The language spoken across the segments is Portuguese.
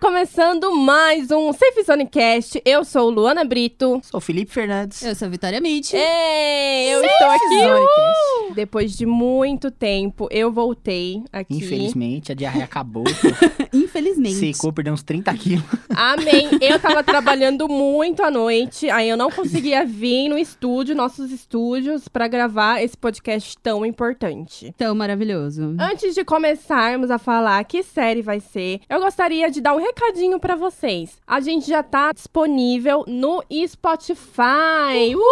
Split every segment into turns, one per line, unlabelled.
começando mais um Safe Zone Cast. Eu sou Luana Brito.
Sou o Felipe Fernandes.
Eu sou a Vitória Mitch.
É. Ei, eu estou aqui. uh! Depois de muito tempo, eu voltei aqui.
Infelizmente, a diarreia acabou.
Infelizmente.
Secou, perdeu uns 30 quilos.
Amém. Eu tava trabalhando muito à noite, aí eu não conseguia vir no estúdio, nossos estúdios, para gravar esse podcast tão importante.
Tão maravilhoso.
Antes de começarmos a falar que série vai ser, eu gostaria de dar um recadinho para vocês. A gente já tá disponível no Spotify. Uh!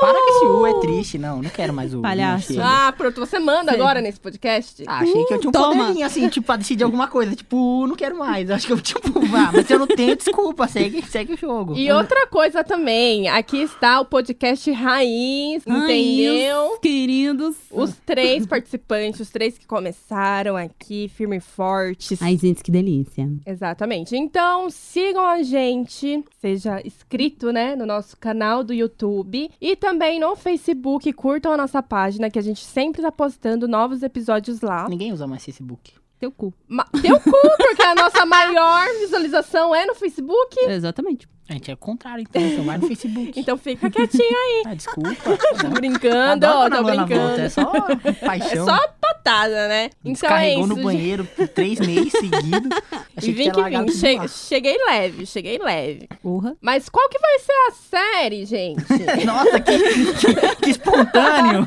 Para que esse U é triste, não. Não quero mais U.
Palhaço.
Não chega.
Ah, pronto, você manda
Sim.
agora nesse podcast?
Ah, achei que eu tinha um
Toma.
poderinho, assim, tipo, pra decidir alguma coisa. Tipo, não quero mais. Acho que eu, tipo, vá. Mas se eu não tenho, desculpa. Segue, segue o jogo.
E outra coisa também, aqui está o podcast Raiz, entendeu?
Ai, queridos.
Os três participantes, os três que começaram aqui, firme e fortes.
Ai, gente, que delícia.
Exatamente. Então, sigam a gente, seja inscrito, né, no nosso canal do YouTube e também no Facebook, curtam a nossa página que a gente sempre tá postando novos episódios lá.
Ninguém usa mais Facebook.
Teu cu.
Ma teu cu, porque a nossa maior visualização é no Facebook.
Exatamente.
A gente é o contrário, então. Você vai no Facebook.
Então fica quietinho aí.
Ah, desculpa.
Tô brincando, ó,
Adoro quando
tô
a Luana volta,
brincando.
É só
É
paixão.
só patada, né? Então é
Descarregou
isso.
no
gente.
banheiro por três meses seguidos.
E
Achei
vim que
tinha largado
vim.
tudo
Che-
lá.
cheguei leve, cheguei leve.
Porra.
Mas qual que vai ser a série, gente?
Nossa, que, que- que espontâneo!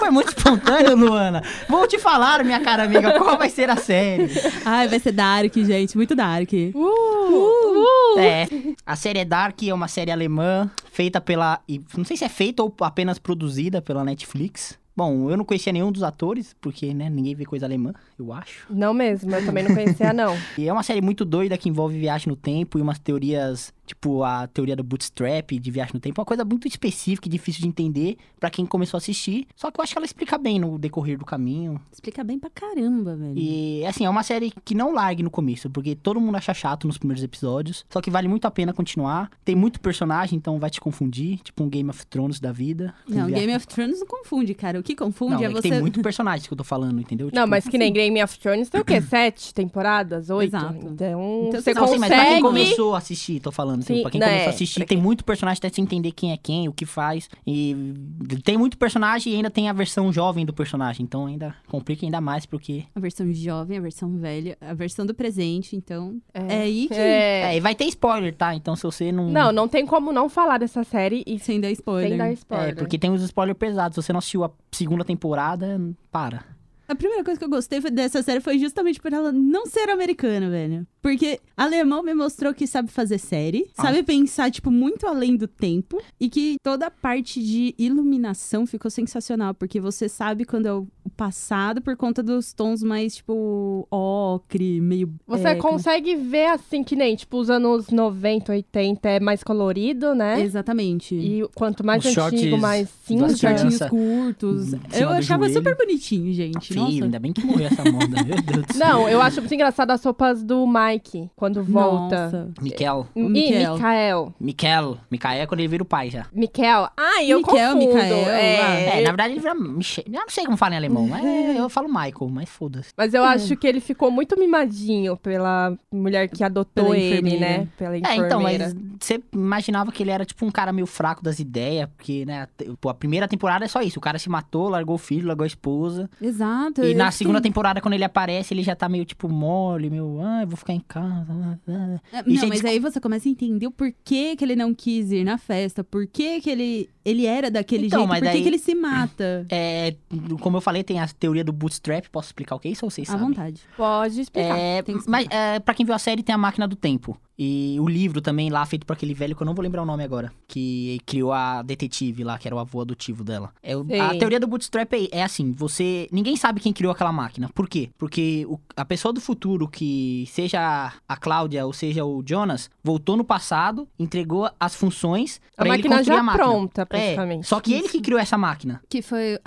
Foi muito espontâneo, Luana. Vou te falar, minha cara amiga, qual vai ser a série.
Ai, vai ser Dark, gente. Muito Dark.
uh, uh,
É, a série é Dark, é uma série alemã, feita pela. e Não sei se é feita ou apenas produzida pela Netflix. Bom, eu não conhecia nenhum dos atores, porque, né, ninguém vê coisa alemã, eu acho.
Não mesmo, eu também não conhecia, não.
E é uma série muito doida que envolve viagem no tempo e umas teorias, tipo a teoria do bootstrap de viagem no tempo, uma coisa muito específica e difícil de entender pra quem começou a assistir. Só que eu acho que ela explica bem no decorrer do caminho.
Explica bem pra caramba, velho.
E assim, é uma série que não largue no começo, porque todo mundo acha chato nos primeiros episódios. Só que vale muito a pena continuar. Tem muito personagem, então vai te confundir, tipo um Game of Thrones da vida.
Não,
Viagem-
Game of Thrones não confunde, cara. O que confunde
Não,
é
é que
você.
tem muito personagem que eu tô falando, entendeu?
Não,
Tipo,
mas que nem Game of Thrones tem o quê? Sete temporadas? Oito?
Exato.
Então,
Então,
você
Tipo, Não, sim, mas pra quem
consegue...
começou a assistir, tô falando. Tipo,
Sim,
pra quem
né,
começou a
pra
assistir, tem muito personagem até se entender quem é quem, o que faz. E tem muito personagem e ainda tem a versão jovem do personagem. Então ainda complica ainda mais, porque.
A versão jovem, a versão velha, a versão do presente, então. É, aí que.
É.
É, e vai ter spoiler, tá? Então se você não.
Não, não tem como não falar dessa série e
Sem dar spoiler.
sem dar spoiler.
É, porque tem uns spoilers pesados. Se você não assistiu a segunda temporada, para.
A primeira coisa que eu gostei foi- dessa série foi justamente por ela não ser americana, velho. Porque alemão me mostrou que sabe fazer série,
Ah.
sabe pensar, tipo, muito além do tempo. E que toda a parte de iluminação ficou sensacional. Porque você sabe quando é o o passado por conta dos tons mais, tipo, ocre, meio.
Você
é, como-
consegue ver, assim, que nem, tipo, os anos 90, 80 é mais colorido, né?
Exatamente.
E quanto mais
Os
antigo,
shorts
mais
Os
das
cinza.
crianças.
shortinhos
criança
curtos.
em cima
Eu
do
achava
joelho.
super bonitinho, gente.
Feio,
Nossa.
ainda bem que morreu essa moda, meu Deus do céu.
Não, eu acho muito engraçado as roupas do Mike quando volta.
Nossa.
Miquel.
E
Miquel.
Mikael.
Miquel. Micael é quando ele vira o pai já.
Miquel. Ai, eu
Miquel,
confundo.
Mikael,
é.
É, na verdade ele vira Michel. Eu não sei como fala em alemão, mas é, eu falo Michael, mas foda-se.
Mas
Hum.
eu acho que ele ficou muito mimadinho pela mulher que adotou
Pela
ele,
enfermeira.
né? Pela
É,
enfermeira.
então, mas você imaginava que ele era tipo um cara meio fraco das ideias, porque, né, te- pô, a primeira temporada é só isso. O cara se matou, largou o filho, largou a esposa.
Exato.
E
eu
na
fiquei-
segunda temporada, quando ele aparece, ele já tá meio tipo mole, meio, ah, eu vou ficar em casa. ah, ah.
É,
E
Não,
gente,
mas
co-
aí você começa a entender o porquê que ele não quis ir na festa, por que que ele, ele era daquele
Então,
jeito,
mas
por que
daí-
que ele se mata.
É, como eu falei, tem a teoria do bootstrap. Posso explicar o que é isso ou vocês
À
sabem?
vontade.
Pode explicar.
É,
tem que explicar.
mas é, pra quem viu a série, tem a Máquina do Tempo. E o livro também lá, feito por aquele velho que eu não vou lembrar o nome agora. Que criou a detetive lá, que era o avô adotivo dela. É, o- a
Sei.
teoria do Bootstrap é, é assim, você... Ninguém sabe quem criou aquela máquina. Por quê? Porque o- a pessoa do futuro, que seja a Cláudia ou seja o Jonas, voltou no passado, entregou as funções
a
pra ele
máquina
construir
já
a máquina.
pronta,
É,
praticamente.
só que ele que criou essa máquina.
Que foi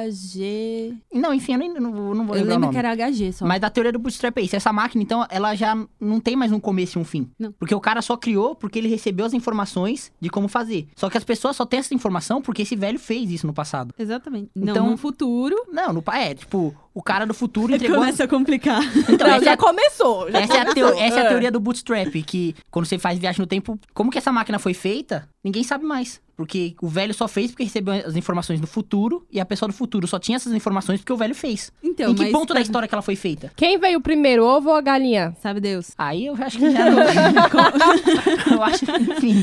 HG.
Não, enfim, eu nem- não, vou- não vou
Eu
lembrar o
lembro
nome.
que era HG só.
Mas a teoria do bootstrap é isso. Essa máquina, então, ela já não tem mais um começo e um fim.
Não.
Porque o cara só criou porque ele recebeu as informações de como fazer. Só que as pessoas só têm essa informação porque esse velho fez isso no passado.
Exatamente. Não,
Então-
no futuro.
Não, no, pa- é, tipo, o cara do futuro
é tá que
entregou...
Começa a complicar.
Então,
Não,
essa é
já
a-
começou. Já
Essa é, a teo-
começou.
essa é a
Ah.
teoria do bootstrap, que quando você faz viagem no tempo, como que essa máquina foi feita, ninguém sabe mais. Porque o velho só fez porque recebeu as informações do futuro, e a pessoa do futuro só tinha essas informações porque o velho fez.
Então,
em que
mas
ponto da
sabe-
história que ela foi feita?
Quem veio primeiro, ovo ou a galinha?
Sabe Deus.
Aí eu acho que já não. eu acho que, enfim.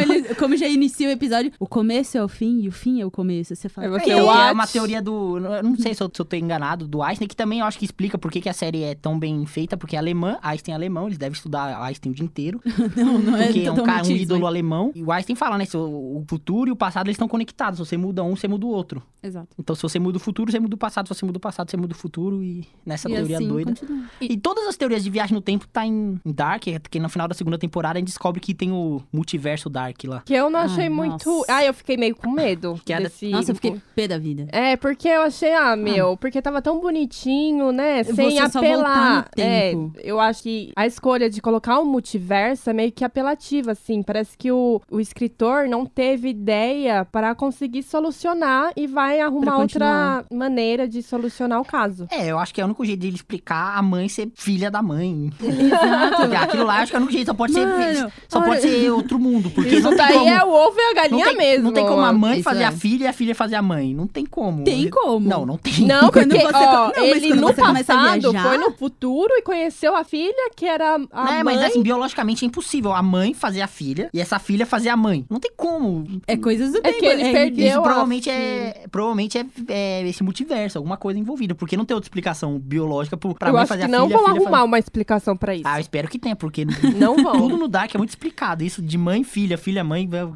ele, como já inicia o episódio, o começo é o fim e o fim é o começo. Você fala,
É
Que
você,
é
what?
uma teoria do. Eu não sei se eu, se eu tô enganado, do Einstein, que também eu acho que explica por que, que a série é tão bem feita, porque é alemã, Einstein é alemão, eles devem estudar Einstein o dia inteiro.
não, não é
Porque é um cara,
totalmente
um
isso,
ídolo
mas-
alemão. E o Einstein fala, né? se O o futuro e o passado, eles estão conectados. Se você muda um, você muda o outro.
Exato.
Então, se você muda o futuro, você muda o passado. Se você muda o passado, você muda o futuro. E nessa
E
teoria
assim
doida.
continua.
E... todas as teorias de viagem no tempo tá em em Dark, que no final da segunda temporada a gente descobre que tem o multiverso Dark lá.
Que eu não achei
Ai,
muito.
nossa.
Ah, eu fiquei meio com medo.
Que era-
desse-
Nossa, eu fiquei pé da vida.
É, porque eu achei, ah, meu, porque tava tão bonitinho, né?
Você
Sem
só voltar
apelar.
no tempo.
É, eu acho que a escolha de colocar o multiverso é meio que apelativa, assim. Parece que o, o escritor não teve ideia para conseguir solucionar e vai arrumar outra maneira de solucionar o caso.
É, eu acho que é o único jeito de ele explicar a mãe ser filha da mãe. Porque Aquilo lá, eu acho que é o único jeito. Só pode
Mano,
ser, só
olha-
pode ser outro mundo. Porque
Isso
não tem
daí
como,
é o ovo e a
não
galinha
tem,
mesmo.
Não tem como a mãe
isso
fazer
é.
a filha e a filha fazer a mãe. Não tem como.
Tem como.
Não, não tem.
Não,
Quando
porque
você-
tá
ó,
não, mas
ele
quando
no
você começa a
passado
viajar-
foi no futuro e conheceu a filha, que era a mãe.
né? Mas assim, biologicamente é impossível a mãe fazer a filha e essa filha fazer a mãe. Não tem como.
É coisas do
É
tempo.
que ele perdeu-
Isso
Eu
provavelmente,
acho
é, provavelmente é, é esse multiverso, alguma coisa envolvida. Porque não tem outra explicação biológica pro- pra
eu
mãe
acho
fazer
que
a filha.
não
a
vão
filha
arrumar
fazer-
uma explicação pra isso.
Ah, eu espero que tenha, porque
Não vão.
tudo no Dark é muito explicado. Isso de mãe, filha, filha, mãe. hum,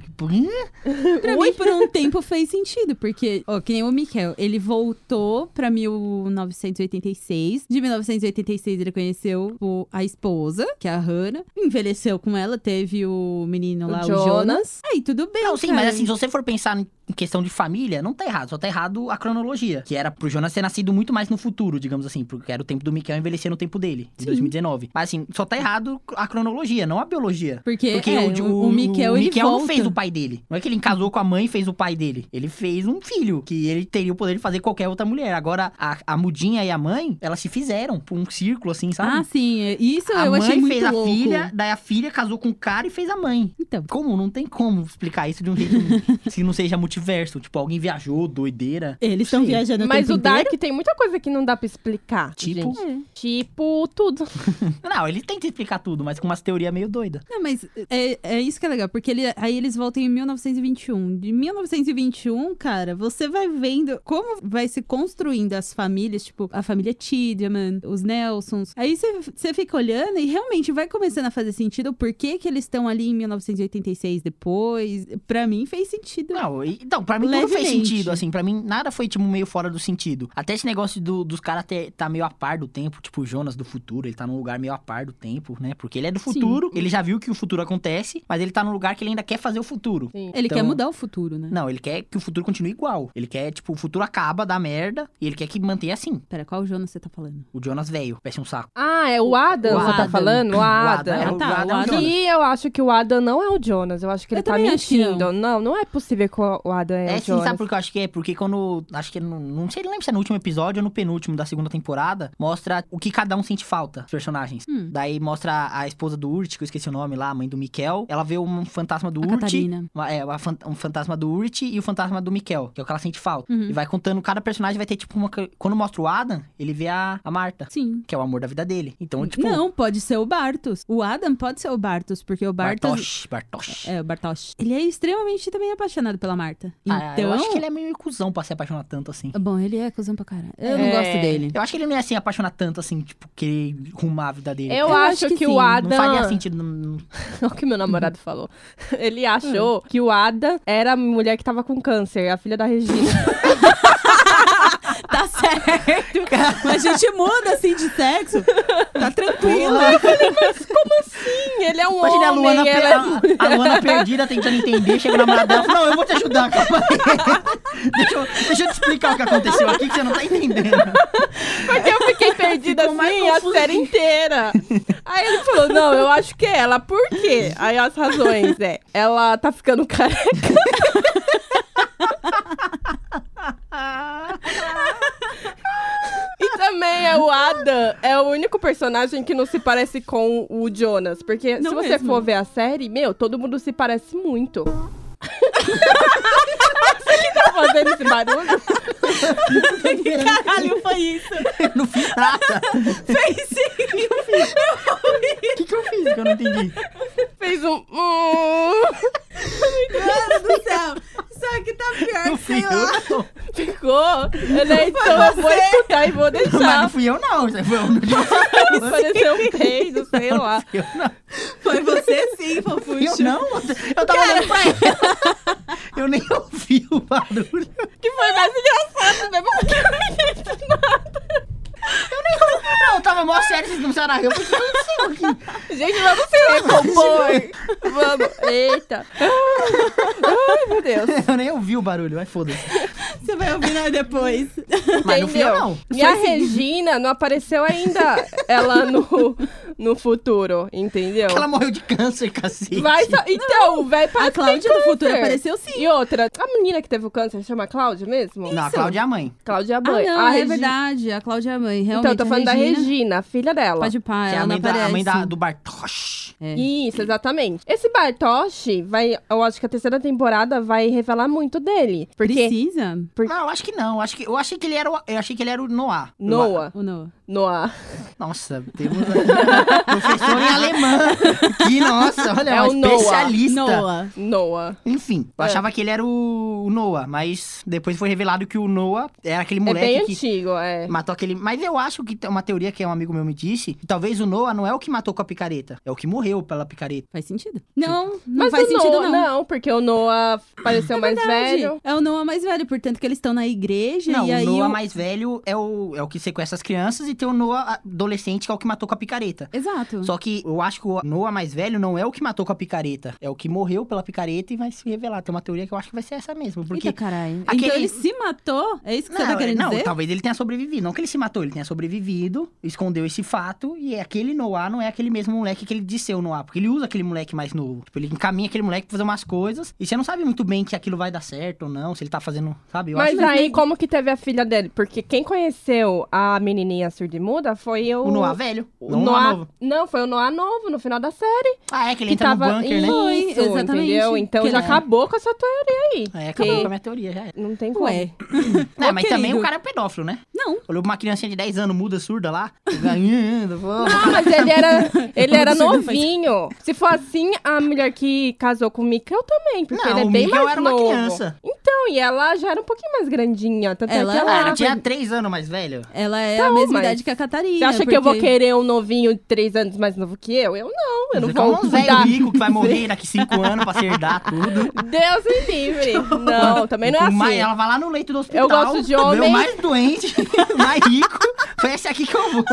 Pra mim, por um tempo, fez sentido, porque, ó, que nem o Miquel, ele voltou pra 1986. De 1986, ele conheceu o- a esposa, que é a Hannah. Envelheceu com ela, teve o menino
O
lá, o
Jonas.
Jonas. Aí, tudo bem,
Não, sim,
cara.
mas assim, se você for pensar em questão de família, não tá errado. Só tá errado a cronologia. Que era pro Jonas ter nascido muito mais no futuro, digamos assim. Porque era o tempo do Miquel envelhecer no tempo dele, em 2019. Mas assim, só tá errado a cronologia, não a biologia.
Porque,
Porque
é,
o, de- o,
o Miquel,
o
ele
Miquel não
volta.
fez o pai dele. Não é que ele casou com a mãe e fez o pai dele. Ele fez um filho, que ele teria o poder de fazer qualquer outra mulher. Agora, a, a mudinha e a mãe, elas se fizeram por um círculo, assim,
Ah,
sabe?
sim, é- isso
a
eu
mãe
achei muito
fez
louco.
a filha, daí a filha casou com o cara e fez a mãe.
Então,
Como? Não tem como explicar isso de um jeito se não seja multiverso. Tipo, alguém viajou, doideira.
eles estão
Sim.
viajando
Mas
tempo
o
inteiro.
Dark é tem muita coisa que não dá pra explicar.
Tipo?
gente. Tipo, tudo.
Não, ele tenta explicar tudo, mas com umas teorias meio doida.
Não, mas é, é isso que é legal, porque ele, aí eles voltam em 1921. De 1921, cara, você vai vendo como vai se construindo as famílias, tipo, a família Tideman, os Nelsons. Aí você- você fica olhando e realmente vai começando a fazer sentido o porquê que eles estão ali em 1986 depois. Pra mim fez sentido.
Não, e- então, pra mim tudo fez
Levemente.
sentido, assim. Pra mim, nada foi, tipo, meio fora do sentido. Até esse negócio do- dos caras ter- tá meio a par do tempo. Tipo, o Jonas do futuro, ele tá num lugar meio a par do tempo, né? Porque ele é do
Sim.
futuro, ele já viu que o futuro acontece, mas ele tá num lugar que ele ainda quer fazer o futuro.
assim.
Ele
Então-
quer mudar o futuro, né?
Não, ele quer que o futuro continue igual. Ele quer, tipo, o futuro acaba, dá merda, e ele quer que mantenha assim.
Pera, qual Jonas você tá falando?
O Jonas velho, parece um saco.
Ah, é o Adam,
O
você tá
Adam.
falando? O
Adam, é
Adam.
o
tá,
Adam,
o
é o
Adam.
Jonas.
E eu acho que o Adam não é o Jonas. Eu acho que
Eu
ele tá
também acho que
mentindo. Não. não, é possível que o Adam é,
É
o
sim,
Jonas.
sabe por que eu acho que é? Porque quando. Acho que. Não, não sei, não lembro se é no último episódio ou no penúltimo da segunda temporada. Mostra o que cada um sente falta, os personagens.
Hum.
Daí mostra a esposa do Urt, que eu esqueci o nome lá, a mãe do Mikel. Ela vê um fantasma do
A
Urt.
Catarina.
uma- é, uma fan- um fantasma do Urt e o fantasma do Mikel, que é o que ela sente falta.
Uhum.
E vai contando, cada personagem vai ter tipo uma. co- Quando mostra o Adam, ele vê a, a Marta,
Sim.
que é o amor da vida dele. Então, tipo.
Hum, Não, pode ser o Bartos. O Adam pode ser o Bartos, porque o Bartos
Bartosz, Bartosz.
É, o Bartosz. Ele é extremamente também apaixonado pela Marta.
Ah,
então.
eu acho que ele é meio cuzão pra se apaixonar tanto assim.
Bom, ele é cuzão pra caralho. Eu
É.
não gosto dele.
Eu acho que ele não ia assim apaixonar tanto assim, tipo, querer rumar a vida dele.
Eu,
Eu
acho
acho
que,
que
o
sim.
Adam.
Não faria sentido. não- não-
É o que meu namorado falou. Ele achou que o Adam era a mulher que tava com câncer, a filha da Regina.
Tá certo. Mas a gente muda assim de sexo. Tá tranquilo.
Sim, ele é um
Imagina a
homem.
Luana, per-
ela é
a, a Luana perdida tentando entender, chega o namorado dela e fala, não, eu vou te ajudar, calma aí. deixa, eu, deixa eu te explicar o que aconteceu aqui que você não tá entendendo.
Porque eu fiquei fiquei perdida
Ficou mais
assim a
confusa.
série inteira. Aí ele falou, não, eu acho que é ela. Por quê? Aí as razões, é. Ela tá ficando careca. E também é o Adam, é o único personagem que não se parece com o Jonas. Porque se
Não
você
mesmo.
for ver a série, meu, todo mundo se parece muito. Você que tá fazendo esse barulho?
Caralho, Ah, foi isso.
Eu não fiz nada.
Fez sim.
O que, que eu fiz que eu não entendi?
Fez um. "Hum".
Mano do céu. Só que tá pior,
Não
que
fui
sei
eu,
lá.
não.
Ficou? Né? Então eu vou escutar e vou
Mas não
deixar.
fui eu, não. Isso aí foi o meu dia.
Pareceu um peido, sei lá.
Eu não.
Foi você sim,
Eu
fofuxo.
não. Eu tava olhando pra ela. Eu nem ouvi o barulho.
Que foi mais engraçado, né? Porque eu não entendi nada.
Não, eu tava mó sério, vocês não sabem. Eu falei, o que aconteceu aqui?
Gente, vamos se recompor. Vamos. Eita. Ai, meu Deus.
Eu nem ouvi o barulho, vai foda-se.
Você vai ouvir nós depois.
Mas não fui eu,
Entendeu?
não.
E a Regina não apareceu ainda ela no, no futuro, entendeu?
Ela morreu de câncer, cacete.
Vai, sa- então, vai pra
A Cláudia do futuro apareceu sim.
E outra, a menina que teve o câncer chama Cláudia mesmo?
Não, a Cláudia é a mãe.
Cláudia é a
Ah,
mãe.
não,
a
é
Regi-
verdade. A Cláudia é a mãe. Realmente,
Então, eu tô
a
falando
Regina,
da Regina, a filha dela.
Pode pá,
Que é
ela
a
não
mãe, da,
aparece.
a mãe da- do Bartosz.
É.
Isso, exatamente. Esse Bartoshi vai. Eu acho que a terceira temporada vai revelar muito dele. Porque.
Precisa?
Não, eu acho que não. Eu, acho que, eu achei que ele era o, eu achei que ele era o Noah.
Noah.
Ou não?
Noah.
Nossa, temos aqui professor em alemã. Que, nossa, olha,
É
é um
o Noah.
especialista.
Noah.
Noah.
Enfim, eu
É.
achava que ele era o o Noah, mas depois foi revelado que o Noah era aquele
É bem
moleque que
antigo, é.
matou aquele. Mas eu acho que tem uma teoria que um amigo meu me disse: que talvez o Noah não é o que matou com a picareta, é o que morreu pela picareta.
Faz sentido. Não, não
Mas
faz
o
sentido
Noah,
não.
porque o Noah pareceu mais velho.
É o Noah mais velho, portanto que eles estão na igreja
Não,
e aí
o Noah
o...
mais velho é o, é o que sequestra as crianças e tem o Noah adolescente que é o que matou com a picareta.
Exato.
Só que eu acho que o Noah mais velho não é o que matou com a picareta, é o que morreu pela picareta e vai se revelar. Tem uma teoria que eu acho que vai ser essa mesmo, porque
Eita, caralho.
aquele-
Então ele se matou? É isso que você
Não,
tá querendo
não,
dizer?
talvez ele tenha sobrevivido. Não que ele se matou, ele tenha sobrevivido, escondeu esse fato, e aquele Noah não é aquele mesmo moleque que ele disse ser o Noah, porque ele usa aquele moleque mais novo. Tipo, ele encaminha aquele moleque pra fazer umas coisas, e você não sabe muito bem que aquilo vai dar certo ou não, se ele tá fazendo, sabe? Eu
Mas
é
acho
aí, como que teve a filha dele? Porque quem conheceu a menininha surda e muda foi o.
o Noah velho.
o
não o Noah
Noah-
novo.
Não, foi o Noah novo no final da série.
Ah, é que ele
que
entra
tava
no bunker, né?
Foi,
Isso,
exatamente.
entendeu? Então
Que
já
ele-
acabou com essa teoria aí.
É, acabou
Que
com a minha teoria, já é.
Não tem como.
Ué.
Não,
Ô,
mas também
querido.
o cara é pedófilo, né?
Não.
Olhou pra uma criancinha de 10 anos, muda, surda lá, ganhando, vamos.
Ah, mas ele era, ele era
Absurdo, mas-
novinho. Se for assim, a mulher que casou com o Mikkel também, porque
Não,
ele é
o
bem
Mikkel
mais
era uma
novo.
criança.
Então, e ela já era um pouquinho mais grandinha. Tanto é
Ela
que
era,
ela...
Cara, Ah, tinha 3 anos mais velho.
Ela é
Então,
a mesma
mas-
idade que a Catarina.
Você acha que eu vou
porque-
querer um novinho de três anos mais novo que eu? Eu não, eu não
Você
vou
tá um velho
cuidar.
rico que vai morrer daqui 5 anos pra se herdar tudo.
Deus me livre. Não, também não é
O mais-
assim.
ela vai lá no leito do hospital.
Eu gosto de
vê
homem.
o mais doente, o mais rico. Foi esse aqui que eu vou.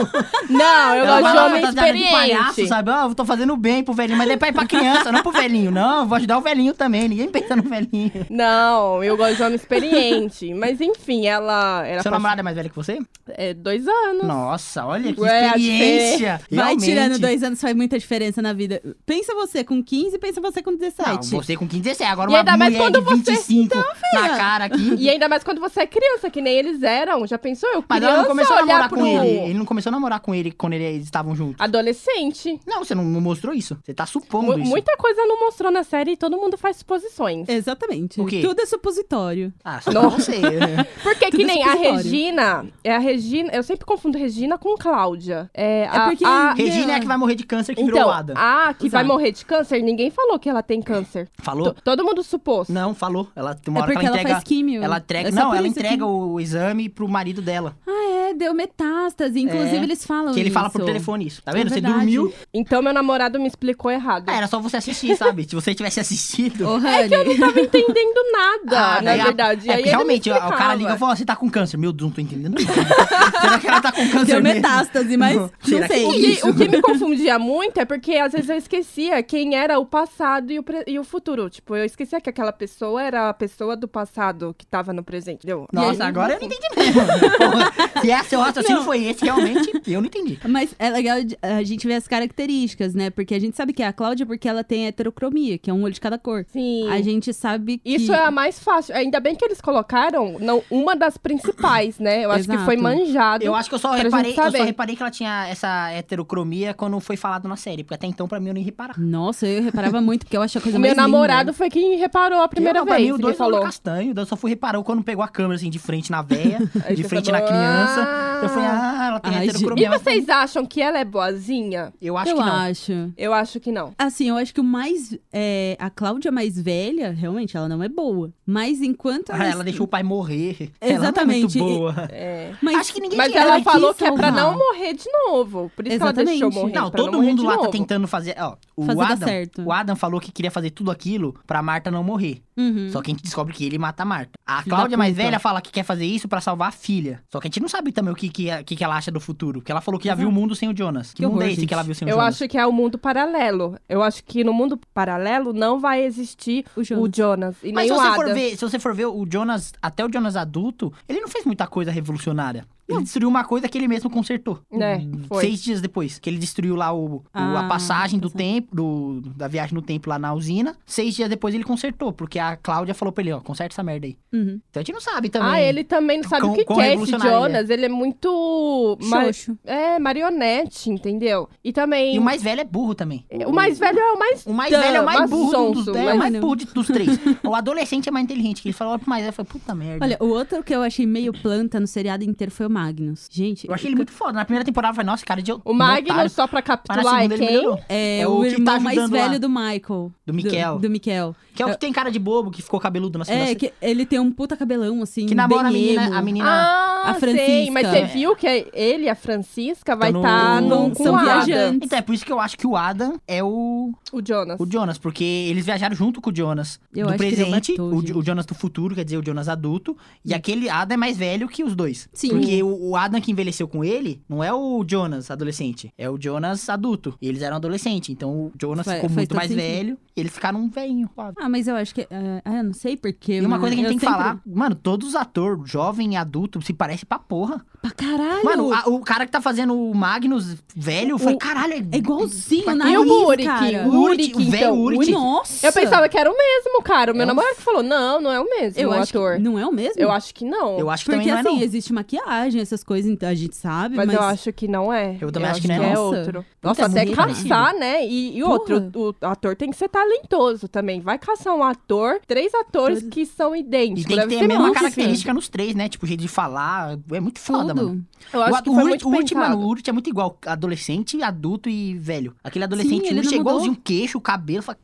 Não, eu gosto
ela vai
de
lá
homem
nas piadas de palhaço,
experiente.
sabe? Ah, eu tô fazendo bem pro velhinho, mas depois é pra criança, não pro velhinho. Não, eu vou ajudar o velhinho também. Ninguém pensa no velhinho.
Não, eu gosto de homem experiente. Mas enfim, ela era
Seu
pra-
namorado é mais velho que você?
é, dois anos.
Nossa, olha que
Ué, a
experiência.
Vai
Realmente.
tirando dois anos, faz muita diferença na vida. Pensa você com 15, pensa você com 17.
Não, você com 15, 17. Agora
E
uma
ainda mais
mulher
quando
de
você- Então,
25 na
filha.
cara aqui.
E ainda mais quando você é criança, que nem eles eram. Já pensou? Eu
Mas
criança
ela não começou a
olhar
namorar
pro
com ele. Ele não começou a namorar com ele quando eles estavam juntos.
adolescente.
Não, você não mostrou isso. Você tá supondo
Mu-
isso.
muita coisa não mostrou na série e todo mundo faz suposições.
Exatamente.
O quê?
Tudo é supositório.
Ah, só
Não.
não sei. né?
Porque que
Tudo
nem a
supositório.
Regina, é a Regina, eu sempre confundo Regina com Cláudia. É, a,
porque-
a-
Regina é a que vai morrer de câncer que virou
então,
Ada.
a que vai
Exato.
morrer de câncer, ninguém falou que ela tem câncer.
Falou?
To- Todo mundo supôs.
Não, falou. Ela tem uma
é
hora que
porque
ela
ela,
entrega.
faz químio.
ela entrega.
É só
não,
por
ela
isso que-
entrega o exame pro marido dela.
Ah, é, deu metástase. Inclusive,
É,
eles falam
que ele fala por
isso.
telefone isso. Tá
É
vendo? você
verdade.
dormiu.
Então meu namorado me explicou errado.
Ah, era só você assistir, sabe? Se você tivesse assistido.
Ô, Rani,
Eu não tava entendendo nada,
Ah,
na
é,
verdade.
é,
Aí
porque
ele me
realmente, ó, o cara
explicava.
liga e fala: Você tá com câncer. Meu Deus, não tô entendendo nada. Será que ela tá com câncer?
deu
mesmo?
metástase, mas
Não,
não,
será que-
sei.
O que, o que me confundia muito é porque às vezes eu esquecia quem era o passado e o, pre- e o futuro. Tipo, eu esquecia que aquela pessoa era a pessoa do passado que tava no presente. Entendeu?
Nossa,
E aí-
agora eu não entendi mesmo. Porra, se é É, seu raciocínio foi esse, realmente, eu não entendi.
Mas é legal de- a gente ver as características, né? Porque a gente sabe que é a Cláudia porque ela tem heterocromia, que é um olho de cada cor.
Sim.
A gente sabe que...
Isso é a mais fácil. Ainda bem que eles colocaram não, uma das principais, né? Eu acho que foi
Exato.
manjado.
Eu acho que eu só,
pra
reparei,
gente
eu
saber.
só reparei que ela tinha essa heterocromia quando foi falado na série. Porque até então, pra mim, eu nem reparava.
Nossa, eu reparava muito, porque eu acho a coisa
O meu
mais linda.
namorado foi quem reparou a primeira
eu,
vez.
Pra mim, o
ele
dois é um falou
falou.
castanho. daí Eu só fui reparar quando pegou a câmera, assim, de frente na véia,
Aí
de
você
frente na
falou,
criança.
"Ah".
Eu falei, ah, ela tem
Ai,
E
heterocromia. mas
vocês acham que ela é boazinha?
Eu acho
eu
que não.
acho.
Eu acho que não.
Assim, eu acho que o mais... é, a Cláudia mais velha, realmente, ela não é boa. Mas enquanto
Ah, ela deixou o pai morrer.
Exatamente.
Ela não é muito boa.
É.
Mas,
Acho que ninguém
Mas
tinha-
ela,
ela
falou
quis
que é pra
salvar.
não morrer de novo. Por isso que ela deixou
Exatamente.
morrer.
Não,
pra não
todo
morrer
mundo
de
lá tá
novo.
tentando fazer. Ó, o
Fazer dar
Adam,
certo.
o Adam falou que queria fazer tudo aquilo pra Marta não morrer.
Uhum.
Só que a gente descobre que ele mata a Marta. A
Filho da
Cláudia mais
puta.
velha fala que quer fazer isso pra salvar a filha. Só que a gente não sabe também o que, que, que que ela acha do futuro. Porque ela falou que já viu o mundo sem o Jonas. Que,
Uhum. Que
mundo
horror,
é esse
gente.
que ela viu sem o
Eu
Jonas?
acho que é o mundo paralelo. Eu acho que no mundo paralelo não vai existir
O Jonas.
o Jonas e
Mas
nem
se
o
você, for
Adam.
ver, se você for ver o Jonas, até o Jonas adulto, ele não fez muita coisa revolucionária. Ele destruiu uma coisa que ele mesmo consertou.
Né, foi.
Seis dias depois. Que ele destruiu lá o, o-
Ah,
a passagem do
passagem.
tempo, do- da viagem no tempo lá na usina. Seis dias depois ele consertou, porque a Cláudia falou pra ele, ó, conserta essa merda aí.
Uhum.
Então a gente não sabe também.
Ah, ele também não sabe
Quão-
o que,
quão
que é esse
revolucionário ele é.
Jonas. Ele é muito. ma-
Xoxo.
É, marionete, entendeu? E também.
E o mais velho é burro também.
O mais velho é o mais.
O mais
Dan,
velho é o mais burro
sonso,
dos, é, o
mas-
mais
Mano.
burro de- dos três. o adolescente é mais inteligente, que ele falou pro mais velho, eu falei, puta merda.
Olha, o outro que eu achei meio planta no seriado inteiro foi o Magnus. Gente,
eu achei ele muito foda. Na primeira temporada, eu falei, nossa, cara de
O
otário.
Magnus, só pra
Mas na
capitular, é
segunda ele
quem?
melhorou.
é,
é
o,
o que tá
irmão mais
ajudando lá.
velho do Michael.
Do Miquel.
Do, Miquel.
Que é o que tem cara de bobo, que ficou cabeludo na segunda
É, que ele tem um puta cabelão, assim,
Que namora a
bem
menina,
emo.
a menina.
Ah,
A
sei. Mas você
Francisca.
viu que é ele e a Francisca vai
tá no-
estar no...
Não,
com
são
o Adam,
viajantes.
Então é por isso que eu acho que o Adam é o,
o Jonas.
o Jonas, porque eles viajaram junto com o Jonas
Eu
do
acho que ele
presente,
matou,
o,
gente.
o Jonas do futuro, quer dizer, o Jonas adulto, e
Sim.
aquele Adam é mais velho que os dois.
Sim.
Porque o, o Adam que envelheceu com ele não é o Jonas adolescente, é o Jonas adulto. E eles eram adolescentes, então o Jonas
Faz-
ficou
faz
muito
todo
mais
sentido.
velho, e eles ficaram um velhinho. quase.
Ah, mas eu acho que... ah, ah, eu não sei porquê.
E uma
mano.
coisa que a gente
Eu
tem que
sempre-
falar, mano, todos os atores, jovem e adulto, se parece pra porra.
Pra caralho!
Mano, a- o cara que tá fazendo o Magnus velho, eu falei, caralho,
É igualzinho,
Pra-
na
E o Murik?
cara.
O Urik,
o velho
então.
Urik.
Nossa!
Eu pensava que era o mesmo, cara. O meu
É um-
namorado que falou, não, não é o mesmo
Eu
o
acho que-
ator.
Não é o mesmo?
Eu acho que não.
Eu acho que
Porque,
também não é,
assim,
não.
existe maquiagem, essas coisas, então a gente sabe,
mas,
mas...
eu acho que não é.
Eu também acho que não
é,
é,
não.
outro. Nossa,
Nossa, é
até
muito
caçar, né? E, e outro,
Porra.
o ator tem que ser talentoso também. Vai caçar um ator, três atores que são
E
idênticos.
tem que
Deve
ter
ser
a mesma
muito
característica nos três, né? Tipo, jeito de falar. É muito foda,
Tudo.
mano.
difícil. Eu acho
o
que foi
Urt-
muito
o Urt, mano,
pensado.
o Urt é muito igual adolescente, adulto e velho. Aquele adolescente
ele
Urt
não
é
mudou. É.
igualzinho o queixo, o cabelo. Fala,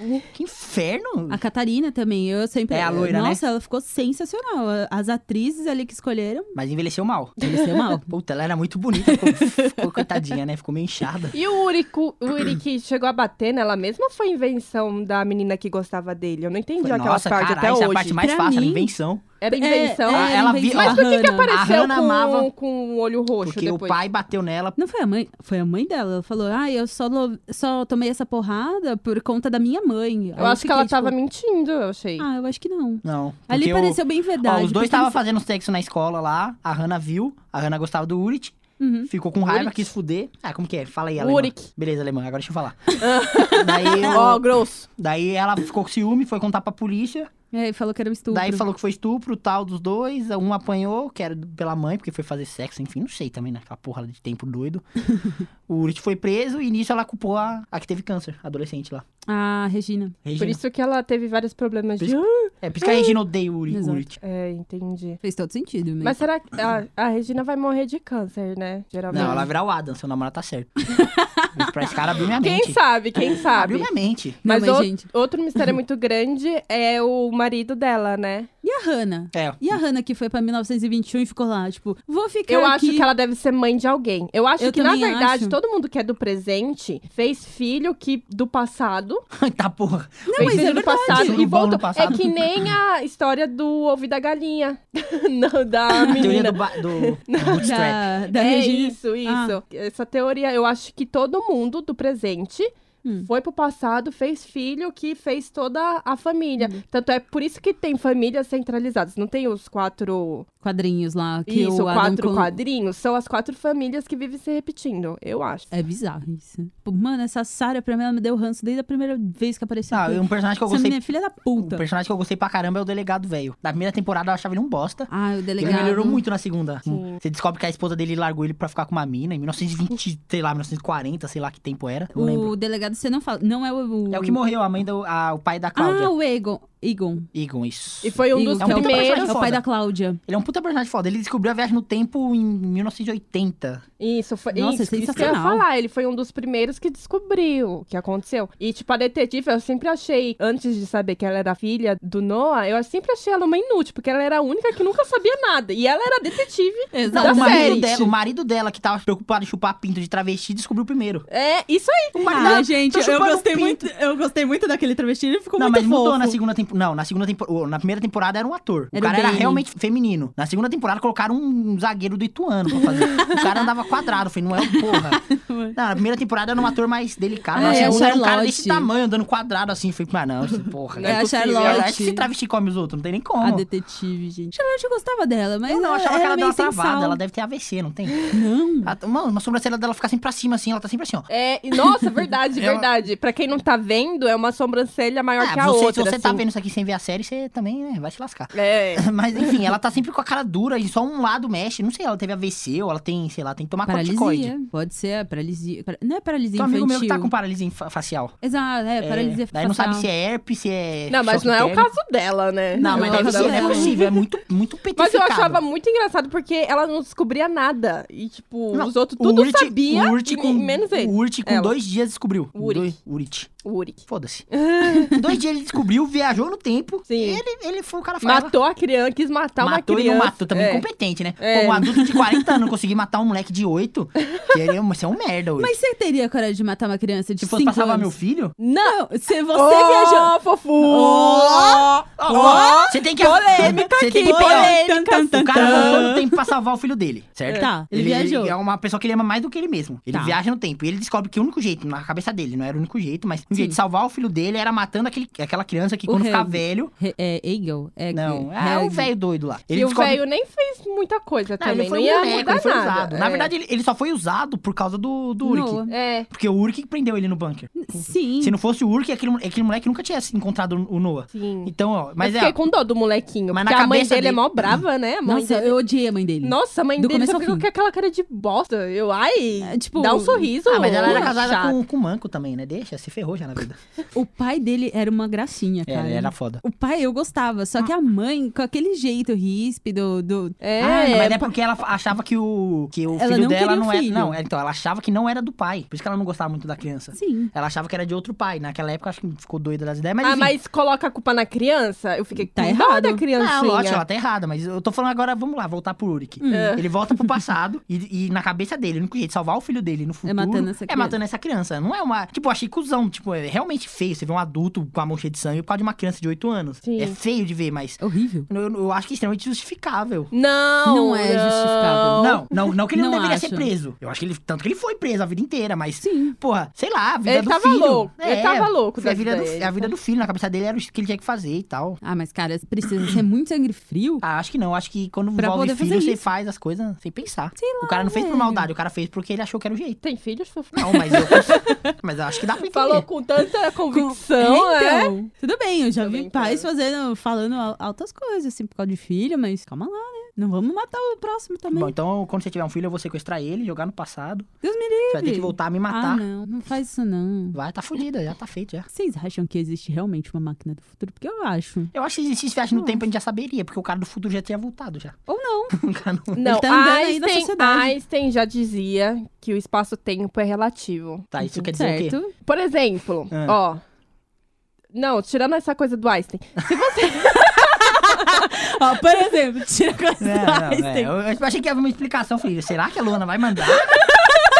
"Hum, que inferno!
A Catarina também, eu sempre...
É a loira, né?
Nossa, ela ficou sensacional. As atrizes ali que escolheram,
Mas envelheceu mal.
envelheceu mal.
Puta, ela era muito bonita. Ficou, ficou coitadinha, né? Ficou meio inchada.
E o Urico, o Uriki chegou a bater nela mesma ou foi invenção da menina que gostava dele? Eu não entendi
Falei,
aquela
Nossa,
parte
caralho,
até
essa
hoje.
é a parte mais
Pra
fácil, a
mim-
invenção.
Era invenção.
é, ela
vi...
vi-
Mas por que, que apareceu
Hannah
com, um,
amava-
com o olho roxo
Porque
depois?
o pai bateu nela.
Não foi a mãe, foi a mãe dela. Ela falou: "Ah, eu só lo- só tomei essa porrada por conta da minha mãe". Aí
Eu acho que ela
fiquei,
tava
tipo,
mentindo, eu achei.
Ah, eu acho que não.
Não.
Ali
porque o-
pareceu bem verdade.
Ó, os dois
porque
estavam
eles-
fazendo sexo na escola lá, a Hannah viu, a Hannah gostava do Urit,
Uhum.
ficou com raiva,
Urit.
quis fuder. Ah, como que é? Fala aí, alemã.
Urik.
Beleza, alemã, agora deixa eu falar. daí,
Ó,
eu-
grosso.
daí ela ficou com ciúme, foi contar pra polícia,
É, e falou que era um estupro.
daí falou que foi estupro, tal, dos dois, um apanhou, que era pela mãe, porque foi fazer sexo, enfim, não sei também, né? Aquela porra de tempo doido. o Urit foi preso e nisso ela culpou a, a que teve câncer, a adolescente lá.
Ah, Regina.
Por
Regina.
isso que ela teve vários problemas
Por
de.
É, por isso que a Regina odeia o Uri-
Exato.
Urit.
É, entendi.
Fez todo sentido mesmo.
Mas será que a, a Regina vai morrer de câncer, né? Geralmente.
Não, ela vai virar o Adam, seu namorado tá certo. pra esse cara abrir minha
Quem
mente.
sabe, quem
Abriu
sabe.
minha mente.
Não,
Mas,
mas,
o-
gente-
outro mistério muito grande é o marido dela, né?
E a Hannah?
É.
E a Hannah que foi pra 1921 e ficou lá, tipo, vou ficar
Eu
aqui.
acho que ela deve ser mãe de alguém. Eu acho
Eu
que, na
também
verdade,
acho.
todo mundo que é do presente fez filho que do passado.
tá porra.
Não,
fez
mas
filho
é
do
verdade.
passado
Tudo
e
bom no
voltou.
passado.
É que nem a história do ovo da galinha. Não, da
Teoria do,
menina.
ba- do, do bootstrap.
da, da
é
Regina.
isso, isso.
Ah.
Essa teoria, eu acho que todo mundo do presente
Hum.
foi pro passado, fez filho, que fez toda a família. Tanto é por isso que tem famílias centralizadas. Não tem os quatro.
Quadrinhos lá que
isso,
o Adam
quatro
Col-
quadrinhos. São as quatro famílias que vivem se repetindo, eu acho.
É bizarro isso. Pô, Mano, essa Sarah pra mim, ela me deu ranço desde a primeira vez que apareceu.
Ah,
aqui.
um personagem que eu
Essa
gostei.
menina é filha da
Um
puta.
personagem que eu gostei pra caramba é o delegado velho. Na primeira temporada eu achava ele um bosta.
Ah, o
Ele
delegado.
melhorou muito na segunda.
Sim.
Você descobre que a esposa dele largou ele pra ficar com uma mina em 1920, sei lá, 1940, sei lá que tempo era. Não lembro.
O delegado você não fala. Não é o.
É o que morreu, a mãe do. a- o pai da Cláudia.
Ah, o Egon. Egon.
Egon, isso.
E foi um
Egon,
dos
que é o-
primeiros.
É o pai da Cláudia.
Ele é um puta personagem foda. Ele descobriu a viagem no tempo em 1980.
Isso, foi
Nossa,
isso, isso que eu ia
sensacional.
falar. Ele foi um dos primeiros que descobriu o que aconteceu. E, tipo, a detetive, eu sempre achei, antes de saber que ela era filha do Noah, eu sempre achei ela uma inútil, porque ela era a única que nunca sabia nada. E ela era detetive.
Exato.
o,
Da
marido
série.
dela, o marido dela, que tava preocupado em chupar pinto de travesti, descobriu primeiro.
É, isso aí.
Ah, gente,
tô
eu
Tá chupando
gostei
pinto.
muito. Eu gostei muito daquele travesti, ele ficou
não,
muito
mas mudou assim,
fofo.
na segunda temporada. Não, na segunda temporada. Na primeira temporada era um ator.
Era
o
o
cara era
Bane.
realmente feminino. Na segunda temporada colocaram um zagueiro do Ituano pra fazer. o cara andava quadrado, foi, não é um porra. Não, na primeira temporada era um ator mais delicado.
É,
na segunda era um cara
Charlotte.
desse tamanho, andando quadrado assim. Falei, ah, não, esse porra.
É a
possível.
Charlotte.
Esse travesti come os outros, não tem nem como.
A detetive, gente. Charlotte eu gostava dela, mas
Eu não, eu achava
ela
que ela deu
era meio
uma
sem
travada.
sal.
Ela deve ter AVC, não tem?
Não.
Ela- Mano, uma sobrancelha dela fica sempre pra cima, assim. Ela tá sempre assim, ó.
É, e, nossa, verdade,
Ela-
verdade. Pra quem não tá vendo, é uma sobrancelha maior
Ah,
que a
você,
outra.
se você tá
assim.
vendo isso aqui sem ver a série, você também, né, vai se lascar.
É.
Mas enfim, ela tá sempre com a cara dura e só um lado mexe. Não sei, ela teve AVC ou ela tem, sei lá, tem que tomar corticoide.
Paralisia. Pode ser, paralisia. para- Não é paralisia
Tem um
infantil.
amigo meu que tá com paralisia fa- facial.
Exato, é, paralisia
Daí não sabe
facial.
se é herpes, se é.
Não, mas
choque
não é o
térmico.
caso dela, né?
Não, mas
Não é o
deve
caso
ser, não é
dela.
possível. É muito, muito
Mas
petrificado.
eu achava muito engraçado porque ela não descobria nada. E, tipo,
Não,
os outros
o
tudo
Urit-
sabia,
o Urit
e-
com,
menos ele.
O Urit com
Ela.
dois dias descobriu.
O Urit.
Dois- Urit.
O Uric.
Foda-se. dois dias ele descobriu, viajou no tempo.
Sim.
Ele, ele foi o cara fala-
Matou a criança, quis matar uma
matou
criança.
e não matou, também
É.
incompetente, né?
É.
Pô, um adulto de 40 anos conseguir matar um moleque de 8, seria, você é um merda hoje.
Mas você teria coragem de matar uma criança de
se
5
fosse
anos?
pra salvar meu filho... Oh!
Não, se você
Ô,
viajou...
fofura! Oh!
ó,
ó,
você tem que...
polêmica
você
aqui,
tem que pegar-
polêmica.
O assim. cara voltou no tempo pra salvar o filho dele, certo?
Tá, ele viajou.
é uma pessoa que ele ama mais do que ele mesmo. Ele
Tá.
viaja no tempo. E ele descobre que o único jeito, na cabeça dele, não era o único jeito, mas o jeito de salvar o filho dele era matando aquele, aquela criança que
O
quando ficar
Helg.
velho...
Re- É, Hegel? É,
Não,
que-
é o
Hegel.
velho doido lá.
E o
descobre-
velho nem fez muita coisa
Não,
também.
ele foi
não
um
ia
boneco,
mudar
ele foi
nada.
usado. Na
É.
verdade, ele, ele só foi usado por causa do, do Urk.
Noah.
É.
Porque o Urk que prendeu ele no bunker.
Sim.
Se não fosse o Urk, aquele, aquele moleque nunca tinha encontrado o Noah.
Sim.
Então, ó, mas
eu
é.
fiquei com dó do molequinho.
Mas na
porque a mãe
cabeça
dele é
dele-
mó brava, né? A mãe
Nossa,
dele-
eu odiei a mãe dele.
Nossa, a mãe
Do
dele
começo
só
ao
ficou
fim.
com aquela cara de bosta. Eu, ai,
É, tipo-
dá um sorriso.
Ah, mas ela era
ô,
casada
chato.
com, com o Manco também, né? Deixa, se ferrou já na vida.
O pai dele era uma gracinha,
É,
cara.
era foda.
O pai eu gostava, só que a mãe, com aquele jeito ríspido, do...
É,
Ah, mas é
pa-
porque ela achava que o, que o
Ela
filho
não
dela
queria
não
um
era.
filho.
Não, é, então, ela achava que não era do pai. Por isso que ela não gostava muito da criança.
Sim.
Ela achava que era de outro pai. Naquela época, acho que ficou doida das ideias, mas.
ah,
enfim.
mas coloca a culpa na criança? Eu fiquei
Tá
com dó da
errado.
criancinha.
Não, lógico, ela tá errada, mas eu tô falando agora, vamos lá, voltar pro Urik. Ele volta pro passado e, e na cabeça dele, o único jeito de salvar o filho dele no futuro
matando essa
é matando essa criança. Não é uma. Tipo, eu achei cuzão. Tipo, é realmente feio você ver um adulto com a mão cheia de sangue por causa de uma criança de 8 anos.
Sim.
É feio de ver, mas
Horrível.
eu, eu acho que é extremamente justificável.
Não,
Não é justificável.
Não, não, não que ele não,
Não
deveria
acho.
ser preso. Eu acho que ele. Tanto que ele foi preso a vida inteira, mas.
Sim.
Porra, sei lá, a vida
Ele
do
tava
filho. É,
louco, ele tava louco
foi A
das
vida,
ideias.
do, a
né?
vida do filho, na cabeça dele era o que ele tinha que fazer e tal.
Ah, mas cara, precisa ser muito sangue frio.
Ah, acho que não. Acho que quando
Pra
envolve
poder fazer
filho, você
isso.
faz as coisas sem pensar.
Sei lá,
o cara não fez por
velho.
maldade, o cara fez porque ele achou que era o jeito.
Tem filhos, Fufu?
Não, mas eu, mas eu acho que dá pra entender.
Falou com tanta convicção,
é,
é?
então, Tudo bem, eu já
Tudo
vi
bem,
pais
claro.
fazendo, falando al- altas coisas, assim, por causa de filho, mas calma lá, né? Não vamos matar o próximo também.
Bom, então quando você tiver um filho, eu vou sequestrar ele, jogar no passado.
Deus me
Você
livre.
vai ter que voltar a me
Ah,
matar.
não, não faz isso não.
vai, tá fodida, já tá feito já.
Vocês acham que existe realmente uma máquina do futuro? Porque eu acho.
Eu acho que se existisse
Hum.
viagem no tempo, a gente já saberia, porque o cara do futuro já tinha voltado já.
Ou não.
O cara não-
Não,
tá andando aí na
Einstein,
sociedade.
Einstein já dizia que o espaço-tempo é relativo.
Tá, isso quer dizer o quê?
certo.
Por exemplo,
É.
Ah.
ó... Não, tirando essa coisa do Einstein.
Ó, por exemplo, tira com as
Tá,
Não, não, é,
Einstein.
eu, eu achei que havia uma explicação. Falei, será que a Luana vai mandar?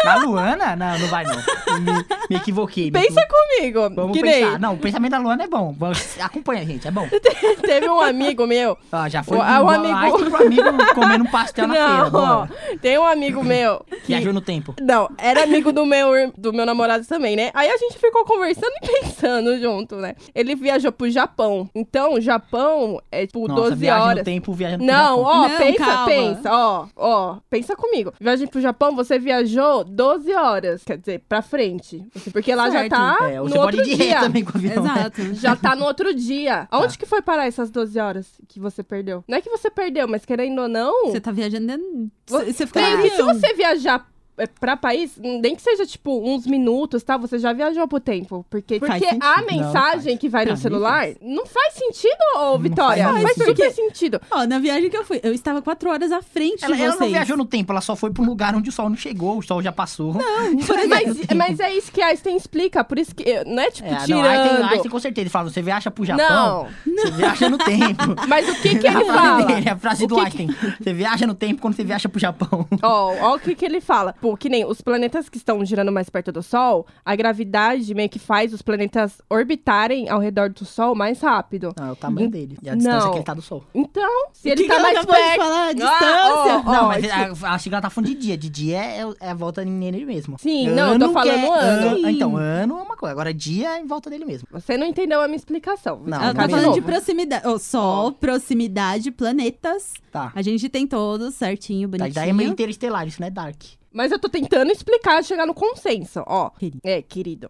Na Luana? Não, não vai não. Me, me equivoquei. me
Uhum.
Pensa comigo.
Vamos
que
pensar.
nem
Não, o pensamento da Luana é bom. Vamos- Acompanha, gente, é bom.
né?
teve um amigo meu.
Ó, já foi
O- ah, o
um
amigo-
like pro amigo comendo um
Tá
pastel na feira.
não,
Bora.
tem um amigo meu que
Viajou no tempo.
Não, era amigo do meu, ir- do meu namorado também, né? Aí a gente ficou conversando e pensando junto, né? Ele viajou pro Japão. Então, o Japão é tipo
Nossa,
12
viagem no
horas.
tempo, viagem no
Não,
tempo.
ó,
Não,
pensa,
calma.
pensa, ó, ó, pensa comigo. Viagem pro Japão, você viajou 12 horas, quer dizer, pra frente. Assim, Porque lá
Certo.
já tá
É,
no
você pode ir
outro dia.
direto também com o avião. né?
Exato.
Já tá no outro dia. Aonde que foi parar essas 12 horas que você perdeu? Não é que você perdeu, mas querendo ou não,
Você tá viajando dentro...
Você-
Você fica
Tem
no
que se
avião.
você viajar é, pra país, nem que seja tipo uns minutos, tá? Você já viajou pro tempo. Porque,
Faz
porque
sentido.
a
Não,
mensagem que vai
Pra
no
mim
celular não faz sentido, ô Vitória. Não
faz
faz,
sentido.
super sentido.
Ó, na viagem que eu fui, eu estava quatro horas à frente
Ela,
de
ela
vocês.
não viajou no tempo, ela só foi pra um lugar onde o sol não chegou, o sol já passou. Não,
Mas, mas é isso que a Einstein explica. Por isso que. eu- Não é tipo
É, não, Einstein,
tirando.
Einstein com certeza ele fala, você viaja pro Japão,
não.
você viaja no tempo. É
Mas o que, que ele
A frase
fala?
dele, a frase
O
do
que que-
Einstein, você viaja no tempo quando você viaja pro Japão.
Ó, ó o que, que ele fala. Pô, que nem os planetas que estão girando mais perto do Sol, a gravidade meio que faz os planetas orbitarem ao redor do Sol mais rápido.
Não, é o tamanho dele, e a
Não.
distância que ele tá do sol.
Então, se
O
ele
que
tá
que ela
mais
acabou de
perto.
falar? A
Ah,
distância?
ó, ó,
não, mas
isso-
a, acho que ela tá falando de dia. De dia é, é a volta nele mesmo.
Sim, não, eu tô falando
que é-
ano.
Ah, Então, ano é uma coisa. Agora, dia é em volta dele mesmo.
Você não entendeu a minha explicação.
Não,
Vou
Ela
não
explicar
tá
Caminho
falando
novo.
de proximidade. Ó, sol, proximidade, planetas.
Tá.
A gente tem todos certinho,
Daí
bonitinho.
daí é meio interestelar, isso não é dark.
Mas eu tô tentando explicar, chegar no consenso, ó.
Querido.
É, querido.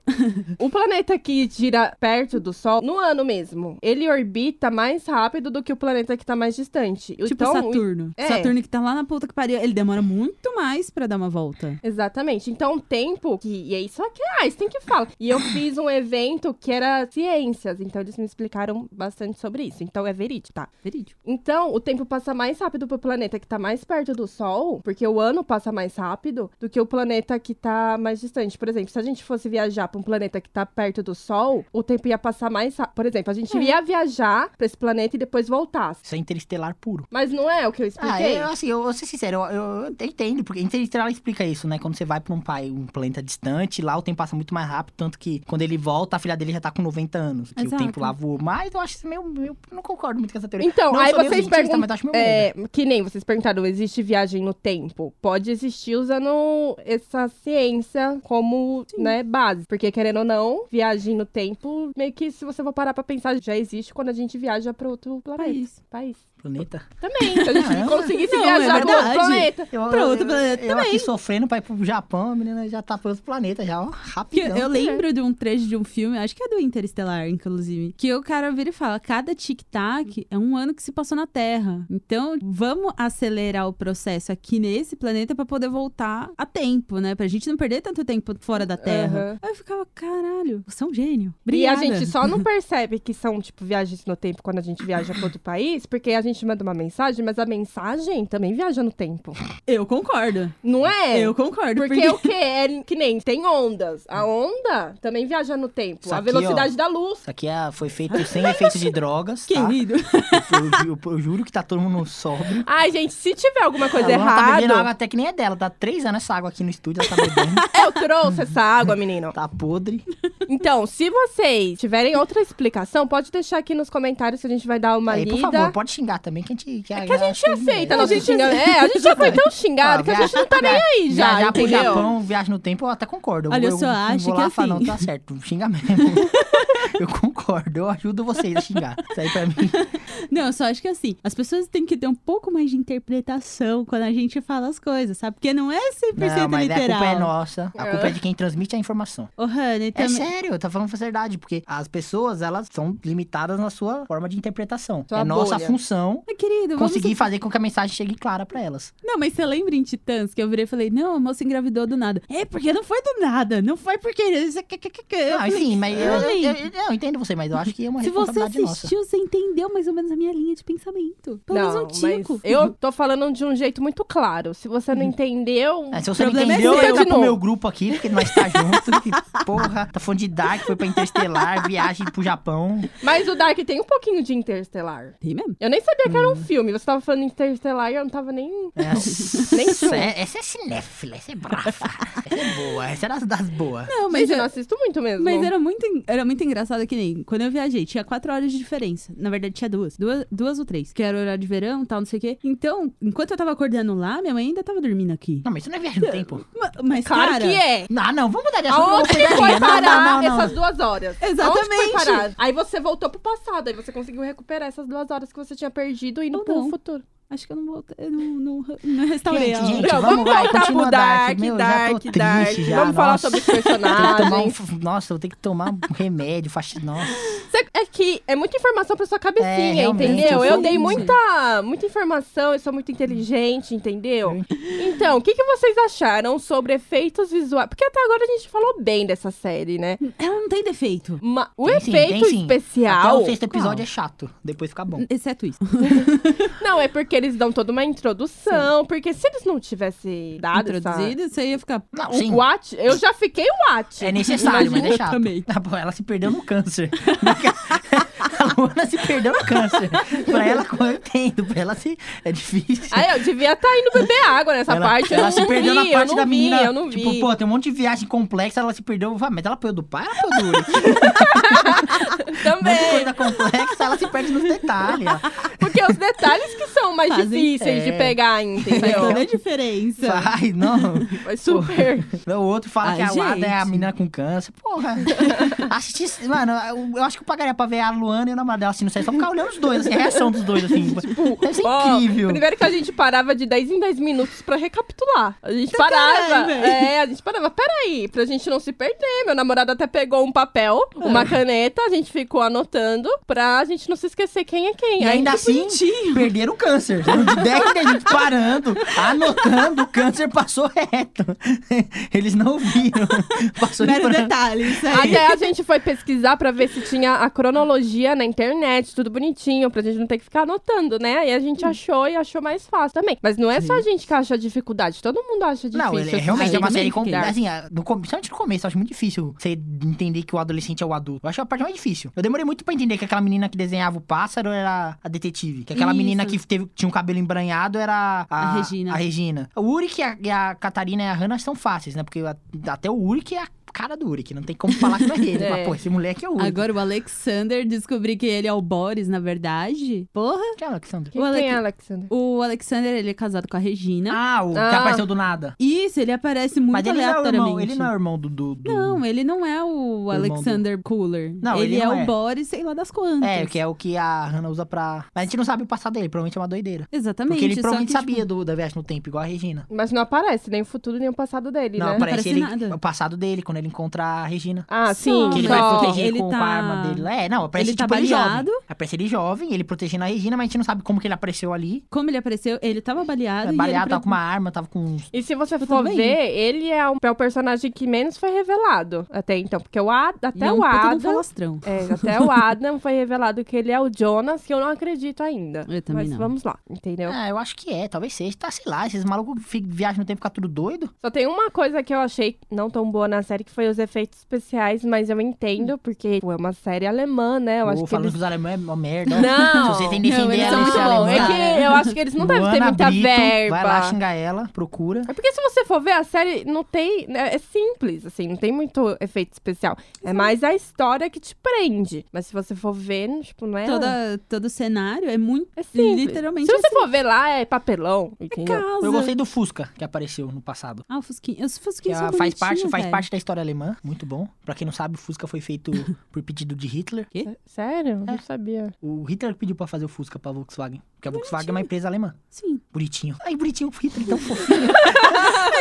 o planeta que gira perto do Sol, no ano mesmo, ele orbita mais rápido do que o planeta que tá mais distante.
Tipo
então,
Saturno.
é.
Saturno que tá lá na puta que pariu. Ele demora muito mais pra dar uma volta.
Exatamente. Então, o tempo que. E é isso que a Einstein que fala. E eu fiz um evento que era ciências, então eles me explicaram bastante sobre isso. Então, é verídico, tá?
Verídico.
Então, o tempo passa mais rápido pro planeta que tá mais perto do Sol, porque o ano passa mais rápido do que o planeta que tá mais distante. Por exemplo, se a gente fosse viajar pra um planeta que tá perto do Sol, o tempo ia passar mais rápido. Por exemplo, a gente
É.
ia viajar pra esse planeta e depois voltasse.
Isso é interestelar puro.
Mas não é o que eu
Ah,
expliquei.
eu, assim, eu vou ser sincero, eu, eu entendo, porque Interestelar explica isso, né? Quando você vai pra um pai, um planeta distante, lá o tempo passa muito mais rápido, tanto que quando ele volta, a filha dele já tá com 90 anos, que o
Exato.
tempo lá voou. Mas eu acho isso meio, meio- não concordo muito com essa teoria.
Então,
não
aí
sou nenhum
vocês
cientista,
perguntam.
mas eu acho meio merda.
É, que nem vocês perguntaram, existe viagem no tempo? Pode existir usando essa ciência como né, base. Porque, querendo ou não, viagem no tempo, meio que se você for parar pra pensar, já existe quando a gente viaja pra outro planeta.
País.
País.
Planeta.
Também, se a gente
Caramba.
conseguisse
Não, é
viajar pra outro
verdade.
planeta.
Eu,
Pra
eu-
outro
eu-
é,
planeta
eu, aqui sofrendo pra ir pro Japão, a menina já tá pro outro planeta, já, ó,
Que
rapidão.
eu, eu lembro de um trecho de um filme, acho que é do Interestelar, inclusive, que o cara vira e fala: cada tic-tac é um ano que se passou na Terra. Então, vamos acelerar o processo aqui nesse planeta pra poder voltar a tempo, né? Pra gente não perder tanto tempo fora da Terra.
Aham.
Aí eu ficava, caralho, você é um gênio.
E a
Obrigada.
gente só não percebe que são, tipo, viagens no tempo quando a gente viaja pra outro país, porque a gente manda uma mensagem, mas a mensagem também viaja no tempo.
Eu concordo.
Não é?
Eu concordo.
Porque, o que é que nem tem ondas. A onda também viaja no tempo.
Isso
a
aqui,
velocidade
ó.
da luz.
Isso aqui é- foi feito sem efeitos de drogas, tá?
Querido.
Eu, ju- eu juro que tá todo mundo sóbrio.
Ai, gente, se tiver alguma coisa
a Luana tá
errada,
bebendo água até que nem é dela. Tá três anos essa água aqui no estúdio, ela tá bebendo.
eu trouxe essa água, menino.
Tá podre.
Então, se vocês tiverem outra explicação, pode deixar aqui nos comentários que a gente vai dar uma
Aí,
lida. É
por favor, pode xingar também, que a gente... Que a,
Que a gente aceita, não, a gente
já
É, a gente já foi tão xingado que a gente não tá nem aí já,
Viajar pro
entendeu?
Japão, viagem no tempo, eu até concordo.
Olha, eu
eu
só
eu
acho
vou
que
lá
é
e falo,
assim.
não, tá certo, xinga mesmo. eu concordo, eu ajudo vocês a xingar. Isso aí pra mim.
Não, eu só acho que assim, as pessoas têm que ter um pouco mais de interpretação quando a gente fala as coisas, sabe? Porque não é 100%
Não, mas a
literal.
culpa é nossa. A culpa é de quem transmite a informação.
Ô, Honey,
É
também.
sério, eu tô falando a verdade, porque as pessoas, elas são limitadas na sua forma de interpretação.
Sua
é nossa
bolha.
função
Mas, querido, vamos...
conseguir fazer com que a mensagem chegue clara pra elas.
Não, mas você lembra em Titãs que eu virei e falei, não, a moça engravidou do nada. É, porque não foi do nada, não foi porque... Eu
Não,
falei,
sim, mas eu, É. eu,
Honey,
eu- eu- eu entendo você, mas eu acho que é uma
Se você
responsabilidade nossa.
assistiu, você entendeu mais ou menos a minha linha de pensamento. Pelo menos
Não,
um tico.
mas eu tô falando de um jeito muito claro. Se você não entendeu,
Hum. É, se você não
Problema é
entendeu,
seu,
eu
de
pro
novo.
meu grupo aqui, porque nós tá junto. que porra, tá falando de de Dark, foi pra Interestelar, viagem pro Japão.
Mas o Dark tem um pouquinho de Interstellar.
Tem mesmo?
Eu nem sabia que era um filme. Você tava falando Interstellar e eu não tava nem.
É, Essa,
Nem sou.
essa é cinéfila, essa é brava. Essa é boa, essa é das, das boas.
Não,
Mas
mas,
eu
eu-
não assisto muito mesmo.
mas era, muito, en- era muito engraçado que nem quando eu viajei, tinha quatro horas de diferença. Na verdade, tinha duas. Duas, duas ou três. Que era horário de verão tal, não sei o quê. Então, enquanto eu tava acordando lá, minha mãe ainda tava dormindo aqui.
Não, mas isso não é viagem no tempo.
Ma- Mas,
Claro
cara,
que é.
Não, não, vamos mudar de assunto.
Aonde
vamos mudar de
foi
linha. Não,
parar
não, não, não.
essas duas horas?
Exatamente.
Aonde foi parar? Aí você voltou pro passado, aí você conseguiu recuperar essas duas horas que você tinha perdido e indo
Ou
pro
não.
futuro.
Acho que eu não voltei. eu Não, não, não restaurei
Gente,
a-
gente,
Não,
vamos
vamos
vai,
voltar
continua
pro
Dark,
Dark,
meu, já tô
Dark,
triste
Dark.
já,
Vamos falar
nossa.
sobre os
Tem que tomar um,
personagens.
f- nossa, eu tenho que tomar um remédio, faxi... Nossa.
Cê- É que é muita informação pra sua
É,
cabecinha,
realmente,
entendeu?
eu
Eu
sou
dei
isso.
muita, muita informação, eu sou muito inteligente,
Uhum.
entendeu? Então, o que, que vocês acharam sobre efeitos visuais? Porque até agora a gente falou bem dessa série, né?
Ela não tem defeito.
Ma- o
Tem sim, tem
efeito
sim. Até
especial.
o sexto episódio
Qual?
é chato, depois fica bom.
Exceto isso.
Não, é porque eles dão toda uma introdução. Porque se eles não tivessem dado
Introduzido, você ia ficar.
Não,
essa...
sim,
O Watch, eu já fiquei Watch.
é necessário, mas
Imagina
é chato.
também.
Ah, pô, ela se perdeu no câncer. a Luana se perdeu no câncer. Pra ela, eu entendo, pra ela se... é difícil.
Aí eu devia estar indo beber água nessa
ela,
parte. Eu
ela
não
se perdeu
vi,
na parte
eu não
da
vi,
menina.
Eu não vi.
Tipo, pô, tem um monte de viagem complexa, ela se perdeu. Vai, Mas ela apoiou do pai, ela apoiou do Uri. Um monte de
também.
coisa complexa, ela se perde nos detalhes. ó.
Porque os detalhes que são mais
Fazem-
difíceis de
é.
pegar,
Faz né? toda
entendeu?
a diferença.
Vai, não.
Mas super.
Não, O outro fala
Ai,
que a Wada é a
gente.
menina com câncer. Porra. Assistir. Mano, eu- eu acho que eu pagaria pra ver a Luana e o namorado dela assistindo série só ficar olhando os dois, assim, a reação dos dois, assim. Tipo, deve ser
Ó,
incrível.
primeiro que a gente parava de 10 em 10 minutos pra recapitular. A gente parava.
caralho, velho.
é, a gente parava. Peraí, pra gente não se perder. Meu namorado até pegou um papel,
Ah.
uma caneta, a gente ficou anotando pra gente não se esquecer quem é quem.
E
Aí,
ainda assim,
bonitinho.
perderam o câncer. De 10 da gente parando, anotando, o câncer passou reto. Eles não viram. Passou de
Mero
branco.
um detalhe, isso aí.
Até a gente foi pesquisar pra ver se tinha a cronologia na internet, tudo bonitinho, pra gente não ter que ficar anotando, né? Aí a gente
Hum.
achou e achou mais fácil também. Mas não é só a gente que acha dificuldade, todo mundo acha difícil.
Não, ele,
assim.
realmente é uma
assistir
série
Dark.
complexa. Assim, a- no, com- principalmente no começo, eu acho muito difícil você entender que o adolescente é o adulto. Eu acho a parte mais difícil. Eu demorei muito pra entender que aquela menina que desenhava o pássaro era a detetive. Que aquela
Isso.
menina que teve, tinha um cabelo embranhado era a,
A Regina.
A Regina. O Uric e a, e a Catarina e a Hannah são fáceis, né? Porque a- até o Uric é a cara do Uric. Não tem como falar que não é ele.
É.
Mas, pô, esse moleque é o Uric.
Agora o Alexander descobri que ele é o Boris, na verdade. Porra!
Que é o Alexandre?
Quem,
O
quem é
Alec-
Alexander?
O Alexander, ele é casado com a Regina.
Ah, o que
Ah.
apareceu do nada.
Isso, ele aparece muito
Mas ele não, é o
aleatoriamente.
irmão, ele não é o irmão do... do, do-
Não, ele não é o Alexander Cooler.
Não,
ele,
ele
é,
não
o
é.
Boris, sei lá das quantas.
É, que é o que a Hannah usa pra... Mas a gente não sabe o passado dele. Provavelmente é uma doideira.
Exatamente.
Porque ele
só
provavelmente
que, tipo,
sabia do, da viagem no tempo, igual a Regina.
Mas não aparece nem o futuro nem o passado dele,
não,
né?
aparece
Aparece
ele,
nada.
o passado dele, quando ele encontra a Regina.
Ah, sim.
Só-
Que ele
só-
vai
Não,
proteger
ele
com,
tá-
a arma dele. lá. É, não, aparece
ele tá
tipo ele jovem.
baleado.
Aparece ele jovem, ele protegendo a Regina, mas a gente não sabe como que ele apareceu ali.
Como ele apareceu, ele tava baleado.
É,
e
baleado,
ele
tava com uma arma, tava com uns...
E se você
Tá
for
tudo bem.
ver, ele é, um, é o personagem que menos foi revelado até então. Porque o Ad,
Ele
até
é um
o
puta de um
Adam.
falastrão.
É, até o Adam foi revelado que ele é o Jonas, que eu não acredito ainda.
Eu também
Mas
não.
vamos lá, entendeu?
Ah, eu acho que é, talvez seja. Tá, sei lá, esses malucos fi- viajam no tempo e ficam tudo doido.
Só tem uma coisa que eu achei não tão boa na série, que foi os efeitos especiais, mas eu entendo, porque pô, é uma série alemã, né? Eu
Ou
acho que
falando
eles...
que os alemães é uma merda. ó.
Não!
Se vocês têm
não,
que defender
eles
eles
ela,
são muito
esse
bons.
alemão.
É que eu acho que eles não devem ter
Luana
muita
Brito,
verba.
Vai lá um xingar ela, procura.
É porque se você for ver, a série não tem. né, É simples, assim, não tem muito efeito especial. É mais a história que te prende. Mas se você for ver, não, tipo, não é.
Toda, todo o cenário é muito.
É simples.
Literalmente.
Se você
assim,
for ver lá, é papelão. Entendeu?
casa.
Eu gostei do Fusca, que apareceu no passado.
Ah, o Fusquinha. Os
Que
Fusquinhas
a-
são
faz
bonitinhos,
parte, faz
é velho.
parte da história alemã, muito bom. Pra quem não sabe, o Fusca foi feito por pedido de Hitler.
Sério? Não sabia.
O Hitler pediu pra fazer o Fusca pra Volkswagen, porque a Volkswagen é uma empresa alemã.
Sim.
Bonitinho. Ai, bonitinho, o Hitler então, tão fofinho.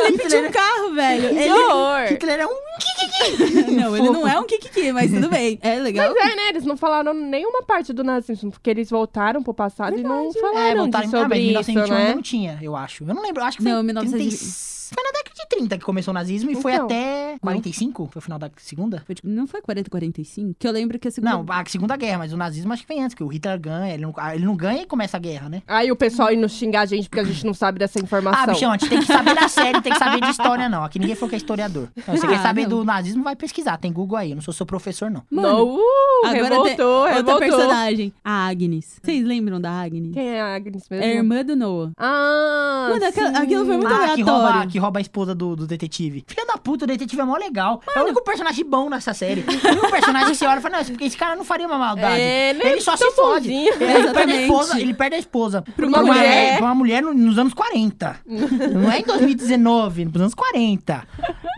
Ele pediu um carro, velho.
Que
Ele...
horror!
Hitler é um
Não, ele não é um Kikiki, mas tudo bem. É legal.
Mas é, né? Eles não falaram nenhuma parte do nazismo, porque eles voltaram pro passado e não falaram
é,
de-
voltaram em ah, mas
sobre
em
isso,
1921 ainda
né?
não tinha, eu acho. Eu não lembro, eu acho que foi
Não,
em
1920.
36. Foi na década de 30 que começou o nazismo e foi
Então.
até 45? Foi o final da Segunda?
Foi, tipo, Não foi 40 45? Que eu lembro que a segunda...
Não, a Segunda Guerra, mas o nazismo acho que vem antes, porque o Hitler ganha, ele não, ah, ele não ganha e começa a guerra, né?
Aí o pessoal indo xingar a gente porque a gente não sabe dessa informação.
Ah, bichão, a gente tem que saber da série, não tem que saber de história, não. Aqui ninguém falou que é historiador. Não, você
Ah,
quer saber
não.
do nazismo, vai pesquisar. Tem Google aí, eu não sou seu professor, não.
Mano,
não, uh,
agora tem
revoltou,
outra
revoltou.
personagem. A Agnes. Vocês lembram da Agnes?
Quem é a Agnes mesmo?
É a irmã do Noah.
Ah,
Mano, aquela-
sim.
aquilo foi muito
Ah, que rouba,
aleatório.
que rouba a esposa do, do detetive. Filha da puta, o detetive é mó legal. É o único personagem bom nessa série. O único personagem que você olha e fala, não, porque esse cara não faria uma maldade.
É, ele
ele, só
tão
se fode.
bonzinho.
Ele perde, a
Exatamente.
esposa, ele perde a esposa. Pra
uma mulher.
pra uma mulher no- nos anos 40. não é em 2019, nos anos 40.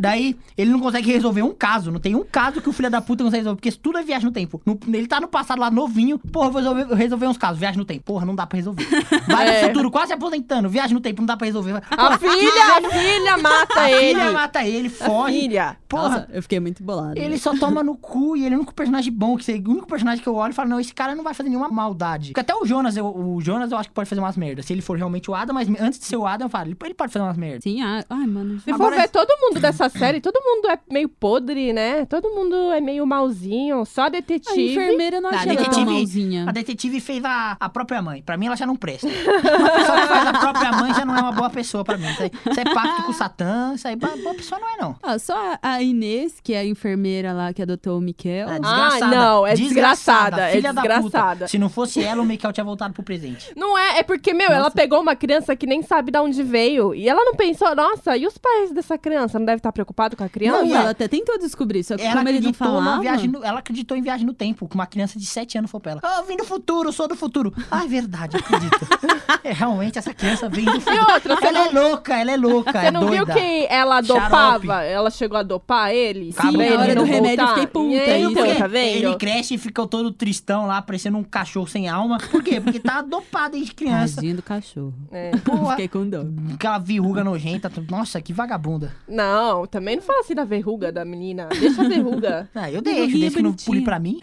Daí, ele não consegue resolver um caso. Não tem um caso que o filho da puta consegue resolver, porque tudo é viagem no tempo. No- ele tá no passado lá novinho, porra, eu vou resolver, resolver uns casos. Viagem no tempo, porra, não dá pra resolver. Vai
É.
no futuro, quase aposentando. Viagem no tempo, não dá pra resolver.
A filha, a filha mata
A
ele.
filha mata ele, foge.
filha.
Porra,
Nossa, eu fiquei muito bolada.
ele só toma no cu e ele é o único personagem bom. Que você, o único personagem que eu olho e falo, não, esse cara não vai fazer nenhuma maldade. Porque até o Jonas, eu, o Jonas eu acho que pode fazer umas merdas. Se ele for realmente o Adam, mas antes de ser o Adam, eu falo, ele, ele pode fazer umas merdas.
Sim, a... ai, mano.
Se
Agora-
for ver todo mundo dessa série, todo mundo é meio podre, né? Todo mundo é meio malzinho, só a
A
detetive.
enfermeira eu não
Ah,
achei ela tão
detetive-
malzinha.
A detetive fez a, a própria mãe. Pra mim, ela já não presta. Uma pessoa que faz a própria mãe já não é uma boa pessoa pra mim. Isso aí, isso aí é pacto com o Satã, isso aí ba- boa pessoa não é, não.
Ah, só a- a Inês, que é a enfermeira lá que adotou o Miquel.
É
Ah, não, é desgraçada, é
filha da puta.
desgraçada.
Se não fosse ela, o Michael tinha voltado pro presente.
Não é, é porque, meu, ela pegou uma criança que nem sabe de onde veio. E ela não pensou, nossa, e os pais dessa criança? Não deve estar preocupado com a criança?
Não, e
é.
ela até tentou descobrir, só É que
Ela
como ele não
acreditou,
falava...
na viagem no- ela acreditou em viagem no tempo, que uma criança de 7 anos falou pra ela. Ah, eu vim do futuro, eu sou do futuro. Ah, é verdade, eu acredito. é, realmente, essa criança vem do futuro.
E outra, você
ela é louca, ela é louca,
Você
é
não viu
doida.
que ela
Xarope.
dopava? Ela chegou a dopar ele?
Sim, na
ele
hora
não
do
remédio eu
voltar?
fiquei puta,
E
é
aí,
isso.
Então,
Porque
tá vendo?
Ele cresce e fica todo tristão lá, parecendo um cachorro sem alma. Por quê? Porque tá dopado desde criança.
Tadinho do cachorro.
É.
Porra.
Fiquei com dó.
Aquela verruga nojenta. tu- Nossa, que vagabunda.
Não, também não fala assim da verruga da menina. Deixa a verruga.
Ah, eu
Verruguinha
deixo, desde que não
bonitinha.
pule pra mim.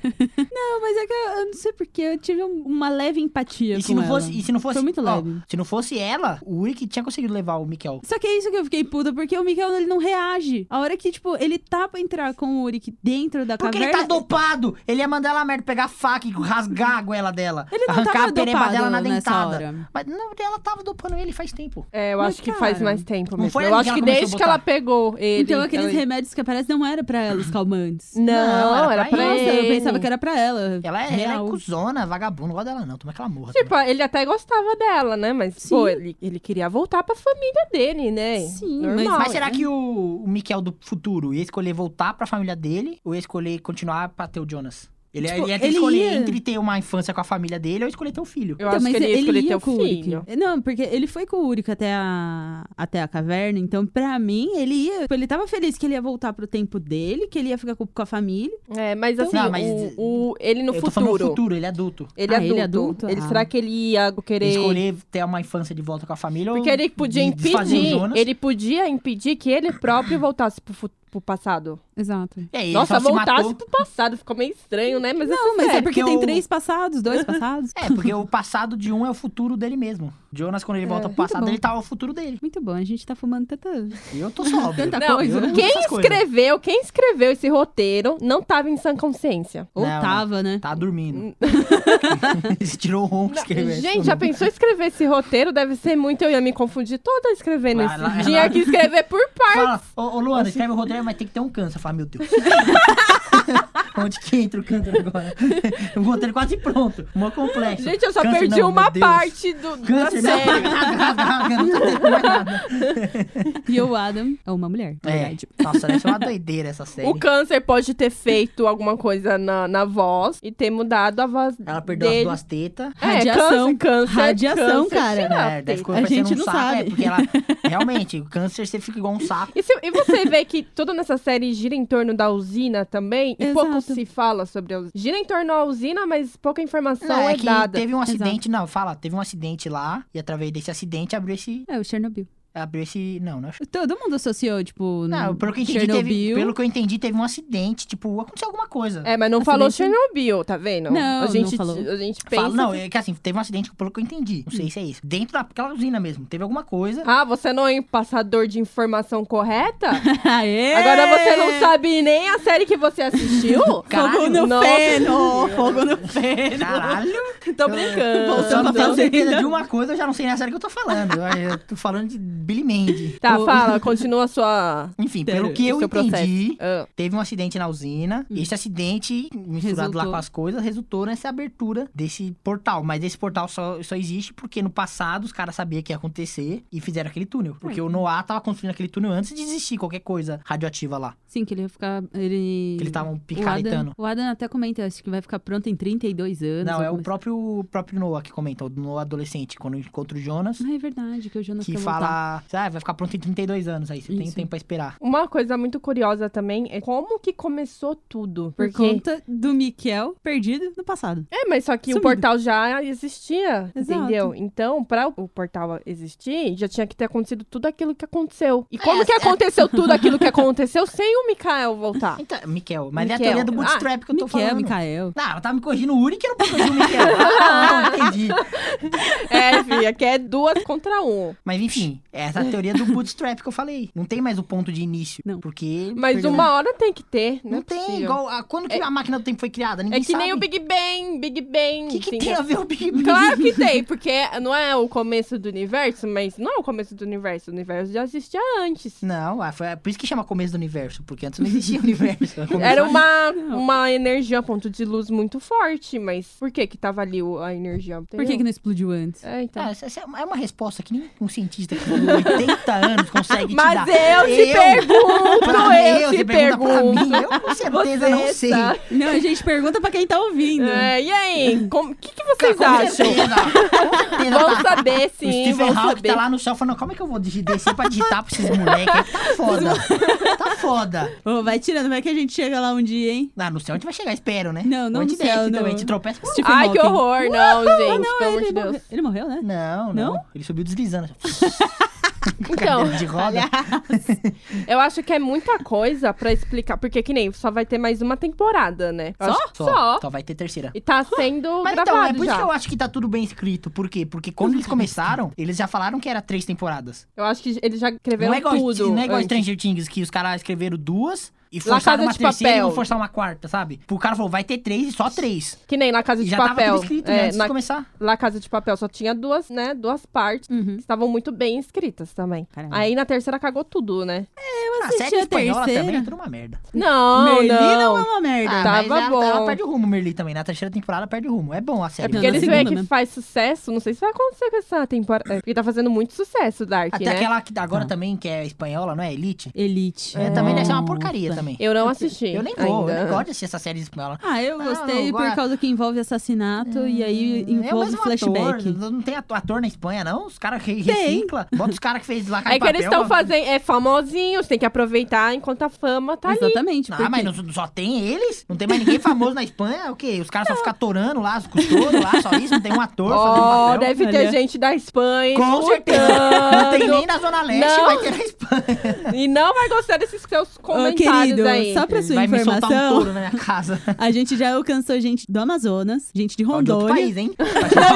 Não, mas é que eu, eu não sei porquê, eu tive um- uma leve empatia
E se
com
não
ela.
fosse. E se não fosse
Foi muito
ó,
leve.
se não fosse ela, o Uric tinha conseguido levar o Mikel.
Só que é isso que eu fiquei puta, porque o Miquel ele não reage. A hora que, tipo, ele tá pra entrar com o Uric dentro da
Porque ele
caverna...
tá dopado! Ele ia mandar ela merda, pegar a faca e rasgar a goela dela.
Ele não
arrancar
tava
a pereba
dopado
dela na
nessa
dentada.
hora.
Mas não, ela tava dopando ele faz tempo.
É, eu
Mas,
acho que faz
cara,
mais tempo
não
mesmo.
foi
Eu
ali
acho
que
que
ela começou
desde
a
que ela
botar.
pegou ele.
Então aqueles
ela-
remédios que aparecem não eram pra ela, os calmantes.
Não, era pra
Nossa,
ele.
eu pensava que era pra ela.
Hum, Ela é, ela
real.
é cuzona, vagabundo, não gosto dela não. Toma que ela morra.
Tipo, ele até gostava dela, né? Mas, pô,
Sim.
ele, ele queria voltar pra família dele, né?
Sim,
Normal,
Mas será
né?
que o, o Miquel do futuro ia escolher voltar pra família dele ou ia escolher continuar pra ter o Jonas? Ele,
Tipo,
ele ia ter que
ele
escolher
ia.
entre ter uma infância com a família dele ou escolher ter um filho.
Então,
Eu acho que ele ia escolher ter o filho.
Uric. Não, porque ele foi com o Uric até a, até a caverna, então pra mim ele ia. tipo, Ele tava feliz que ele ia voltar pro tempo dele, que ele ia ficar com, com a família.
É, mas assim,
Então, Não, mas-
o, o- ele no
eu tô falando no
futuro.
futuro, ele é adulto.
Ele é
Ah,
adulto.
ele
Ele,
é adulto? Ah.
Será que ele ia querer.
Escolher ter uma infância de volta com a família
Porque
ou
ele podia
de- desfazer o
impedir.
Jonas.
Ele podia impedir que ele próprio voltasse pro, fu- pro passado.
Exato.
É, ele
Nossa,
só se
voltasse
matou.
pro passado. Ficou meio estranho, né? Mas
Não, mas é porque
porque
tem
o-
três passados, dois passados.
É, porque o passado de um é o futuro dele mesmo. Jonas, quando ele volta pro passado,
É, bom.
ele tá o futuro dele.
Muito bom, a gente tá fumando tanta.
E eu tô sóbrio.
Tanta
Não,
coisa.
eu
né?
não uso
quem
essas coisas.
escreveu, quem escreveu esse roteiro não tava em sã consciência.
Ou
Não,
tava, né?
Tá dormindo. ele tirou o ronco escrevendo.
Hum. Gente, já pensou em escrever esse roteiro? Deve ser muito. Eu ia me confundir toda escrevendo
Vai
isso.
lá,
Tinha
ela-
que escrever por partes.
Fala, ô, ô
Assim.
Luana, escreve o roteiro, mas tem que ter um câncer. Fala, meu Deus. Onde que entra o câncer agora? o roteiro quase pronto. Mó complexo.
Gente, eu só
Câncer,
perdi
não,
uma
meu Deus.
parte Tá do, da
Câncer, não,
série.
não tá tem mais nada.
E o Adam é uma mulher, na
É,
verdade.
nossa, deve ser uma doideira essa série.
O câncer pode ter feito alguma coisa na, na voz e ter mudado a voz
Ela perdeu
dele.
as duas tetas.
É,
Radiação.
câncer, câncer,
Radiação,
câncer,
cara.
tirar a
É, daí
teta.
ficou
A
parecendo
gente
um
não
saco,
sabe.
é, porque ela... Realmente, o câncer, você fica igual um saco.
E, se- e você vê que toda nessa série gira em torno da usina também, e
Exato.
pouco se fala sobre a usina. Gira em torno da usina, mas pouca informação
Não,
é,
é que
dada.
teve um acidente... Não, fala, teve um acidente lá, e através desse acidente abriu esse...
É, o Chernobyl.
Abriu esse. Não, não é
Todo mundo associou, tipo,
Não,
no
pelo que, eu entendi,
Chernobyl.
teve, pelo que eu entendi, teve um acidente, tipo, aconteceu alguma coisa.
É, mas não
Acidente-
falou Chernobyl, tá vendo?
Assim, Não,
a
não
gente,
falou.
A gente pensa.
Fala, não,
que-
é que assim, teve um acidente, pelo que eu entendi. Não
Hum.
sei se é isso. Dentro daquela usina mesmo, teve alguma coisa.
Ah, você não é um passador de informação correta?
Aê!
Agora você não sabe nem a série que você assistiu?
Fogo no
Nossa,
feno! Fogo no feno!
Caralho!
Tô brincando.
Eu só não
Ah, Voltando.
tenho certeza de uma coisa, eu já não sei nessa série que eu tô falando. Eu, eu tô falando de Billy Mandy.
Tá,
O-
fala, continua a sua.
Enfim,
Sério,
pelo que eu
o seu processo.
entendi,
Ah,
teve um acidente na usina. Esse acidente, misturado lá
Uhum. Resultou.
com as coisas, resultou nessa abertura desse portal. Mas esse portal só, só existe porque no passado os caras sabiam que ia acontecer e fizeram aquele túnel. Porque o Noah tava construindo aquele túnel antes de existir qualquer coisa radioativa lá.
Sim, que ele ia ficar. Ele.
Que eles estavam
o Adam,
tá picaretando.
o Adam até comenta, acho que vai ficar pronto em 32 anos.
Não,
vai
é o
começar-
próprio, o próprio Noah que comenta, o Noah adolescente, quando encontra o Jonas.
Ah, é verdade, que o Jonas
Que
quer voltar.
fala, ah, vai ficar pronto em 32 anos aí, você tem
Isso.
tempo pra esperar.
uma coisa muito curiosa também é como que começou tudo.
Por
Porque.
conta do Miquel perdido no passado.
É, mas só que
Sumido.
o portal já existia,
Exato.
entendeu? Então, pra o portal existir, já tinha que ter acontecido tudo aquilo que aconteceu. E como
É,
que
é-
aconteceu tudo aquilo que aconteceu sem o Mikael voltar?
Então, Miquel, mas é a
Miquel.
teoria do bootstrap que eu tô
ah, Miquel,
falando.
Micael.
Não, Ah, ela tava me corrigindo o Uri que eu não corrigi o Miquel. Ah, não, entendi.
é, filha, que é duas contra um.
Mas enfim, essa é a teoria do bootstrap que eu falei. Não tem mais o ponto de início.
Não.
Porque.
Mas
perdeu-
uma hora tem que ter,
Não,
né?
tem, igual. a- quando que a máquina do tempo foi criada?
É
Ninguém
que
sabe.
nem o Big Bang, Big Bang.
O que, que
entendeu?
tem a ver o Big Bang?
Claro que tem, porque não é o começo do universo, mas não é o começo do universo. O universo já existia antes.
Não, ah, foi por isso que chama começo do universo, porque antes não existia universo.
Era uma,
Não.
uma energia, um ponto de luz muito forte, mas por que que tava ali o- a energia?
Por que, que não explodiu antes?
É, então.
Ah, essa- essa é uma- é uma resposta que nem um cientista que com 80 anos consegue te
mas
dar.
eu te pergunto,
Pra
eu
você
te
pergunta pra
pergunto.
mim, eu com certeza não sei.
sabe.
Não, a gente pergunta pra quem tá ouvindo.
É, e aí, o que, que vocês
Com
acham?
certeza, com certeza.
Vamos
tá.
saber,
O
sim,
Stephen
vamos
Hawking
saber.
tá lá no céu falando, como é que eu vou digi- descer pra digitar pra esses moleques? aí? Tá foda, tá foda.
Ô, vai tirando, vai que a gente chega lá um dia, hein?
Ah, no céu a gente vai chegar, espero, né?
Não, não
Ou a gente
no céu,
desce
não.
também, a gente tropeça.
Stephen
Ai, que
Hawking.
horror, não, gente, pelo amor
Ah, ele,
de Deus.
morreu.
é.
ele morreu, né?
Não, não.
Não?
Ele subiu deslizando.
Então,
Cadeira de roda.
Eu acho que é muita coisa pra explicar, porque que nem só vai ter mais uma temporada, né? Eu
Só?
acho- Só.
Só vai ter terceira.
E tá sendo
Mas então, é
gravado
por isso
já.
que eu acho que tá tudo bem escrito. Por quê? Porque quando eles começaram, eles já falaram que era três temporadas.
Eu acho que eles já escreveram
Não é igual,
tudo.
não é igual
antes.
Stranger Things, que os caras escreveram duas e
La
forçaram
Casa
uma
de
terceira e
Papel.
vão forçar uma quarta, sabe? O cara falou, vai ter três e só três.
Que nem La Casa
E
de
já
Papel.
tava tudo escrito, né?
é,
Antes
na
de começar.
La Casa de Papel só tinha duas, né? Duas partes. que
Uhum.
Estavam muito bem escritas também.
Caramba.
Aí na terceira cagou tudo, né?
Ah,
assisti
série
a
espanhola
terceira.
também é tudo uma merda.
Não,
Merli
não.
é uma merda.
Ah, tava
mas ela-
bom.
Ela perde o rumo, Merli, também. Na terceira temporada perde o rumo. É bom a série.
É porque
na
eles
segunda
veem que
né?
mesmo.
faz sucesso. Não sei se vai acontecer com essa temporada. é, Porque tá fazendo muito sucesso, Dark,
Até
né?
aquela que agora
Tá.
também, que é espanhola, não é? Elite.
Elite.
É, também deve ser uma
Nossa.
porcaria também.
Eu não assisti.
Eu nem vou, eu
ainda.
nem gosto de assistir essa série espanhola.
Ah, eu
Ah,
gostei
não,
por
agora-
causa que envolve assassinato e aí
É o
envolve
mesmo
flashback.
Ator. Não tem ato- ator na Espanha, não? Os caras re-
Tem.
recicla. Bota os caras que fez lá
É que eles estão fazendo. É famosinhos, tem que aproveitar enquanto a fama tá ali.
Exatamente.
Ah,
porque-
mas não, só tem eles? Não tem mais ninguém famoso na Espanha? O quê? Os caras só ficam atorando lá, os custouros lá, só isso? Não tem um ator
Ó,
fazendo papel?
deve ter
Olha.
gente da Espanha.
Com certeza. Não tem nem na Zona Leste,
Não.
vai ter na Espanha.
escutando. E não vai gostar desses seus
Ô,
comentários
querido,
aí.
só pra sua
vai me soltar um
informação,
touro na minha casa.
a gente já alcançou gente do Amazonas, gente de
Ó, É um De outro
Rondônia.
país, hein? Chegamos,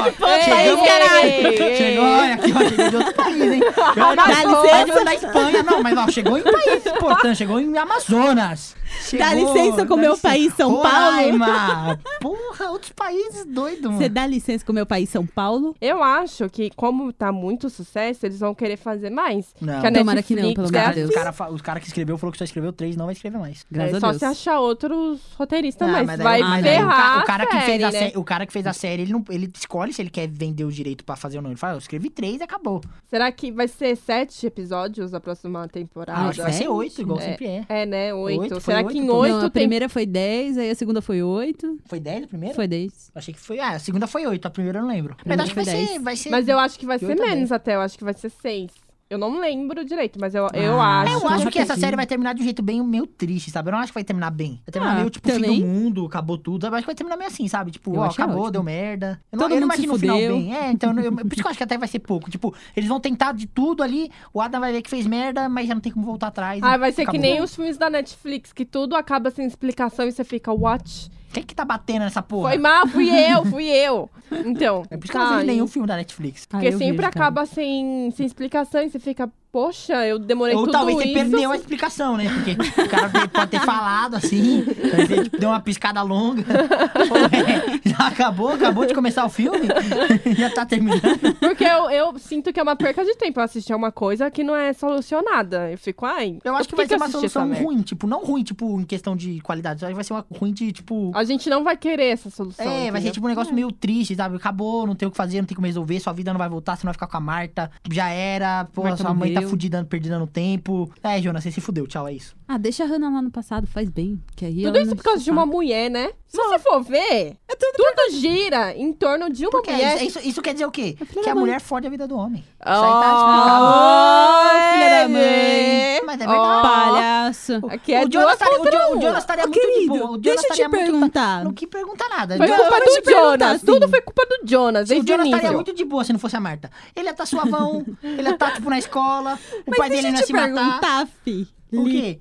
Ei, ei, ei.
Chegou, olha aqui, ó, chegou de outro país, hein?
Dá licença.
Mas né? da Espanha, não, mas ó, chegou em país importante, chegou em Amazonas. Chegou,
Dá licença com
dá
meu
licença.
país, São
Roraima. Porra, outros países doido,
Você
mano.
dá licença com o meu país, São Paulo?
Eu acho que, como tá muito sucesso, eles vão querer fazer mais.
Não.
Que a
Tomara que não,
Netflix é
pelo
Os caras-
Deus.
os cara, fa- os cara que escreveu falou que só escreveu três, não vai escrever mais.
Graças
é
a
só
Deus.
se achar outros roteiristas,
Ah,
mas,
aí-
vai
mas aí o
ferrar.
ca- o cara,
a
que fez
série,
a
né?
série, o cara que fez a série, ele não, ele escolhe se ele quer vender o direito pra fazer ou não. Ele fala, eu escrevi três, e acabou.
Será que vai ser sete episódios da próxima
Ah,
temporada?
acho que vai ser
gente.
oito, igual
É.
sempre é.
É, né? Oito.
Oito, foi
Será
oito
que em
também.
oito
não,
tem.
a primeira foi 10, aí a segunda foi 8,
Foi dez o primeiro?
foi 10.
Eu Achei que foi. Ah, a segunda foi oito, a primeira eu não lembro. Mas
primeira
acho que é vai
foi
ser,
dez.
vai ser.
Mas eu acho que vai
Eu
ser
também.
menos até. Eu acho que vai ser seis. Eu não lembro direito, mas eu, eu
Ah,
acho.
Acho
É, Eu acho
que
que essa
sim.
série vai terminar de um jeito bem meio triste, sabe? Eu não acho que vai terminar bem. Vai terminar
Ah,
meio tipo fim
também.
do mundo, acabou tudo. sabe? Eu acho que vai terminar meio assim, sabe? Tipo,
Eu
ó,
achei
acabou,
ótimo.
deu merda. Eu não,
Todo
eu não
mundo se
imagino o final
fudeu.
bem. É, então, eu, por isso que eu acho que até vai ser pouco. Tipo, eles vão tentar de tudo ali, o Adam vai ver que fez merda, mas já não tem como voltar atrás.
Ah, vai ser
Acabou.
que nem os filmes da Netflix, que tudo acaba sem explicação e você fica, what?
Quem que tá batendo nessa porra?
Foi mal, fui eu, fui eu. Então.
É por isso que eu não
ai,
vejo nenhum filme da Netflix.
Ah,
Porque
eu
sempre
vejo, cara.
acaba sem, sem explicação e você fica, poxa, eu demorei
Ou
tudo
talvez
isso.
você perdeu a explicação, né? Porque o cara te- pode ter falado assim, mas ele deu uma piscada longa. Ou, é, já acabou, acabou de começar o filme, já tá terminando.
Porque eu, eu sinto que é uma perca de tempo eu assistir a uma coisa que não é solucionada. Eu fico, ai.
Eu acho
por
que vai ser uma
assisti
solução
essa merda?
ruim, tipo, não ruim, tipo, em questão de qualidade, só que vai ser uma ruim de, tipo.
A gente não vai querer essa solução.
É, vai ser
entendeu?
tipo um negócio meio triste, sabe? Acabou, não tem o que fazer, não tem como resolver, sua vida não vai voltar, você não vai ficar com a Marta, já era, pô,
Marta
sua mãe tá
morreu.
fudida, perdida no tempo. É, Jonas, você se fudeu, tchau, é isso.
Ah, deixa a Hannah lá no passado, faz bem. Que aí
Tudo
ela
isso
não
por causa de uma
tá."
mulher, né? Se você for ver,
É
tudo, gira em torno de uma
Porque é
mulher.
isso, isso, isso quer dizer o quê?
É filha
Que
da
a
mãe.
mulher fode a vida do homem. Isso aí tá tipo, explicado.
Oh,
filha da mãe.
Mas é
Ó.
verdade.
Palhaço.
Aqui é
o, Jonas
duas
estaria, o,
contra
Jo- o
um.
Jonas estaria
Ô,
é muito
querido,
de boa. O Jonas
deixa eu te
estaria muito-
perguntar.
Não que perguntar nada.
Foi
O Jonas-
Eu
culpa
vou te
do Jonas.
perguntar, assim.
Tudo foi culpa do Jonas,
o
desde o
Jonas tá estaria
início.
muito de boa se não fosse a Marta. Ele ia estar suavão, ele ia estar, tipo, na escola, o pai dele
Deixa
não
eu
ia
te
se matar.
perguntar, Tá, fi.
O quê?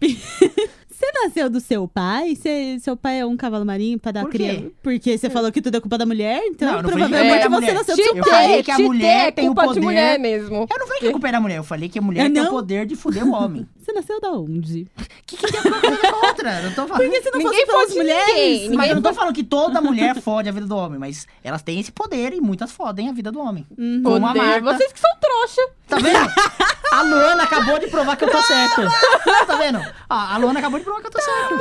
Você nasceu do seu pai? Você- seu pai é um cavalo marinho pra dar
Por quê? Hum.
cria? Porque você falou que tudo é culpa da mulher? Então,
Não, não foi
provavelmente
culpa da
você
mulher.
nasceu do seu
Te
Eu
pai.
falei
ter,
que a
te
mulher
ter,
tem o
culpa de
poder.
mulher mesmo.
Eu não falei que a culpa era a mulher, eu falei que a mulher
É,
tem
não?
o poder de fuder o homem.
Você nasceu da onde?
O que, que tem alguma coisa contra? Eu tô falando.
Porque se não
Ninguém
fosse pelas
pode
mulheres...
ninguém.
Mas eu não tô falando que toda mulher fode a vida do homem, mas elas têm esse poder e muitas fodem a vida do homem.
Uhum.
Como a
Poder,
Marta.
vocês que são trouxa.
Tá vendo? A Luana acabou de provar que eu tô certo. Tá vendo? Ó, a Luana acabou de provar que eu tô certo.
é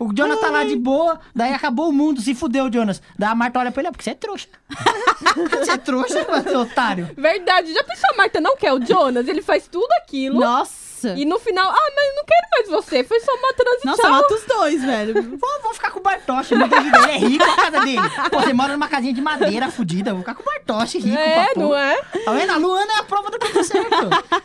O Jonas tá lá de boa, daí acabou o mundo, se fudeu, Jonas. Daí a Marta olha pra ele, "Ah, porque você é trouxa. você é trouxa, mas seu otário.
Verdade, já pensou a Marta não quer o Jonas? Ele faz tudo aquilo.
Nossa!
E no final, ah, mas eu não quero mais você. Foi só uma transição.
Nossa, mata os dois, velho.
Vou, vou ficar com o Bartoshi, meu Deus, ele é rico a casa dele. Pô, você mora numa casinha de madeira fudida, vou ficar com o Bartoshi rico pra
é,
porra.
não é?
Tá vendo? A Luana é a prova do que eu tô certo.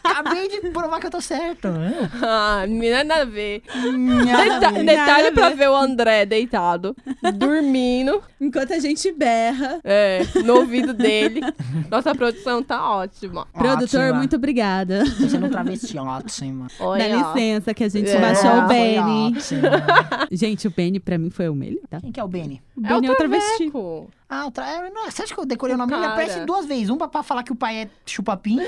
Acabei de provar que eu tô certo. né?
Ah, menina nada a ver.
Nada a
Deta-
ver.
detalhe
a
pra
ver.
ver o André deitado, dormindo,
Enquanto a gente berra.
é, no ouvido dele. Nossa produção tá ótima.
Produtor,
Ótima.
muito obrigada.
Você não travesti, ótimo.
Olha,
Dá licença que a gente
É.
baixou
Nossa,
o Benny.
Benny.
Gente, o Benny pra mim foi o melhor, tá?
Quem que é o Benny?
O
é o
Benny é,
Traveco.
outra travesti.
Ah, o tra... é, não, você acha que eu decorei o nome dele?
Cara.
Aparece duas vezes. Uma pra falar que o pai é chupa-pinto.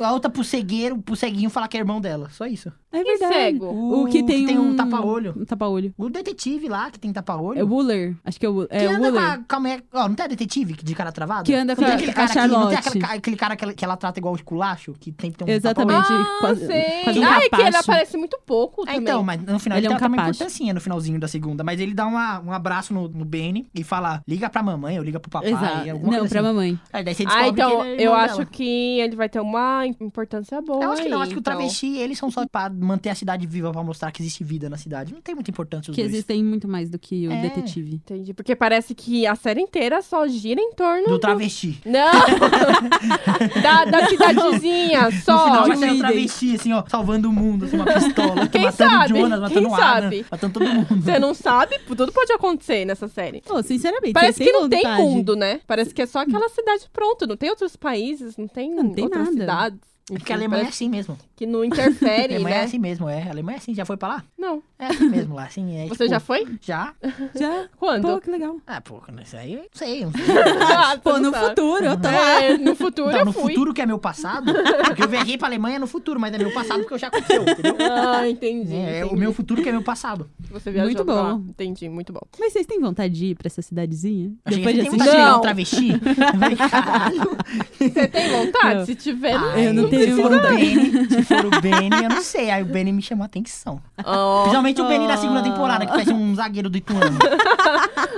a outra pro cegueiro, pro ceguinho falar que é irmão dela. Só isso.
É
E
verdade.
cego?
O que tem,
um... tapa-olho.
Um tapa-olho.
O detetive lá, que tem tapa-olho.
É o Wooler. Acho que é o Wooler.
que
É o
anda com
Wooler.
a, com a mulher... Ó, não tem a detetive de cara travada?
Que anda
Não
com
tem
a-
aquele
a
cara que- Não tem
Charlotte.
aquele, ca- aquele cara que, ela- que ela trata igual de culacho? Que tem que ter um tapa-olho?
Exatamente.
Ah,
Quase- quase
sei.
um
Ah, é que ele
capacho.
aparece muito pouco
É,
também.
então, mas no final
Ele
ele,
é um
tem uma
capacho.
importância no finalzinho da segunda. Mas ele dá uma- um abraço no, no Benny e fala, liga pra mamãe ou liga pro papai.
Exato.
alguma
Não,
coisa
pra
assim.
mamãe.
Aí daí você
Ah,
descobre
então,
que ele é
eu
irmão
acho
dela.
que ele vai ter uma importância boa.
Eu acho que não, acho que o
então.
travesti, eles são só pra manter a cidade viva, pra mostrar que existe vida na cidade. Não tem muita importância os
Que
dois.
existem muito mais do que o
É.
detetive.
Entendi, porque parece que a série inteira só gira em torno
Do travesti.
Não! da, da cidadezinha,
no
só.
final vai
de
ser
um
um
líder.
travesti, assim, ó, salvando o mundo, assim, uma pistola.
Quem
matando
sabe?
o Jonas, matando
Quem
o Adam,
sabe?
matando todo mundo.
Você não sabe, tudo pode acontecer nessa série.
Pô, sinceramente.
Parece
vocês
que
têm
não tem
vontade? Hum.
mundo, né? Parece que é só aquela cidade pronto. Não tem outros países, não tem,
Não tem
outras
nada.
cidades.
Porque a
Enfim,
Alemanha é
parece
assim mesmo.
que não
A
interfere,
Alemanha é
né?
assim mesmo, é. A Alemanha é assim, já foi pra lá?
Não.
É assim mesmo lá, assim. É,
Você
tipo,
já foi?
Já?
Já?
Quando?
Pô, que legal.
Ah, pô, isso aí, eu não sei. Não sei.
Ah,
Pô,
você não
no
sabe.
futuro, eu tô lá.
É, no futuro eu
Não, tá? no
fui.
futuro que é meu passado, porque eu viajei pra Alemanha no futuro, mas é meu passado porque eu já aconteceu, entendeu?
Ah, entendi.
É, é o
entendi.
meu futuro que é meu passado.
Você viajou
Muito
pra lá.
bom.
Entendi, muito bom.
Mas vocês têm vontade de ir pra essa cidadezinha?
Achei que
Depois
você
de
tem
assistir?
vontade de virar
Não.
um travesti? Eu falei, Caralho.
Você tem vontade?
Não.
Se tiver,
Ah,
eu não tenho
se for o
vontade.
Benny, se for o Benny, eu não sei. Aí o Benny me chamou a atenção.
Ó,
Principalmente o Benny da segunda temporada, que parece um zagueiro do Ituano.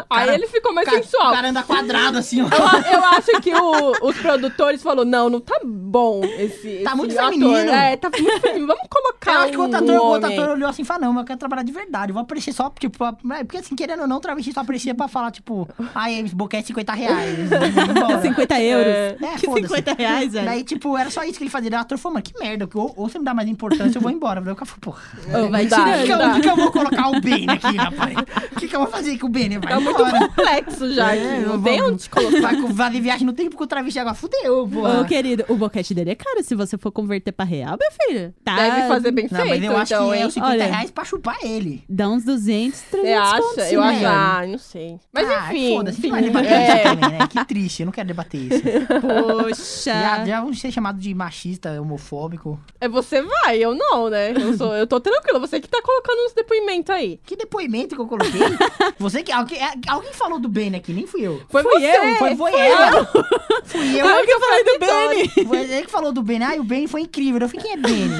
Aí
cara-
ele ficou mais
Cara-
sensual.
O cara anda quadrado assim, ó.
Eu, a- eu acho que o- os produtores falaram, não, não tá bom esse,
Tá
esse
muito
ator.
feminino.
É, tá muito feminino. Vamos colocar
Eu
contratar
acho que o
um
contrator, o
homem.
contrator olhou assim e falou, não, mas eu quero trabalhar de verdade, eu vou aparecer só, tipo, pra- é, porque assim, querendo ou não, travesti só aparecia pra falar, tipo, ai, esse boquete é 50 reais, vamos embora.
50 euros.
É,
que
foda-se.
50 reais, velho.
Daí, tipo, era só isso que ele fazia. Daí O ator falou, mano, que merda, ou, ou você me dá mais importância, eu vou embora. Daí o cara falou, porra,
Ô, vai
Dá,
onde que, eu-
dá.
tirando.
onde que eu vou colocar o Bane aqui, rapaz? O que, que eu vou fazer com o Bane? Vai
Tá muito
embora.
complexo já aqui.
É,
não
eu
tem
vou-
onde te colocar.
Vai com- fazer viagem no tempo com o travesti agora, fudeu, porra.
Ô, querido, o boquete dele é caro. Se você for converter pra real, minha filha, tá...
Deve fazer bem
Não,
feito,
mas eu acho
então,
que é
hein?
os 50
Olha.
reais pra chupar ele.
Dá uns 200, 300
Você
conto,
acha?
sim,
Eu acho.
velho.
Ah, não sei. Mas
Ah,
enfim.
Foda-se,
enfim.
vai debater
É.
isso também, né? Que triste, eu não quero debater isso. Já,
Poxa.
já vão ser chamados de machista, homofóbico.
É você vai, eu não, né? Eu, sou, eu tô tranquila, você que tá colocando uns depoimentos aí.
Que depoimento que eu coloquei? Você que. Alguém, é, alguém falou do Ben aqui, nem fui eu.
Foi
Fui
você!
eu,
Foi, foi ela. Fui eu.
Ah, que eu falei do
vitória.
Benny.
Foi ele que falou do Ben. Ai, o Ben foi incrível. Eu falei, quem é Ben?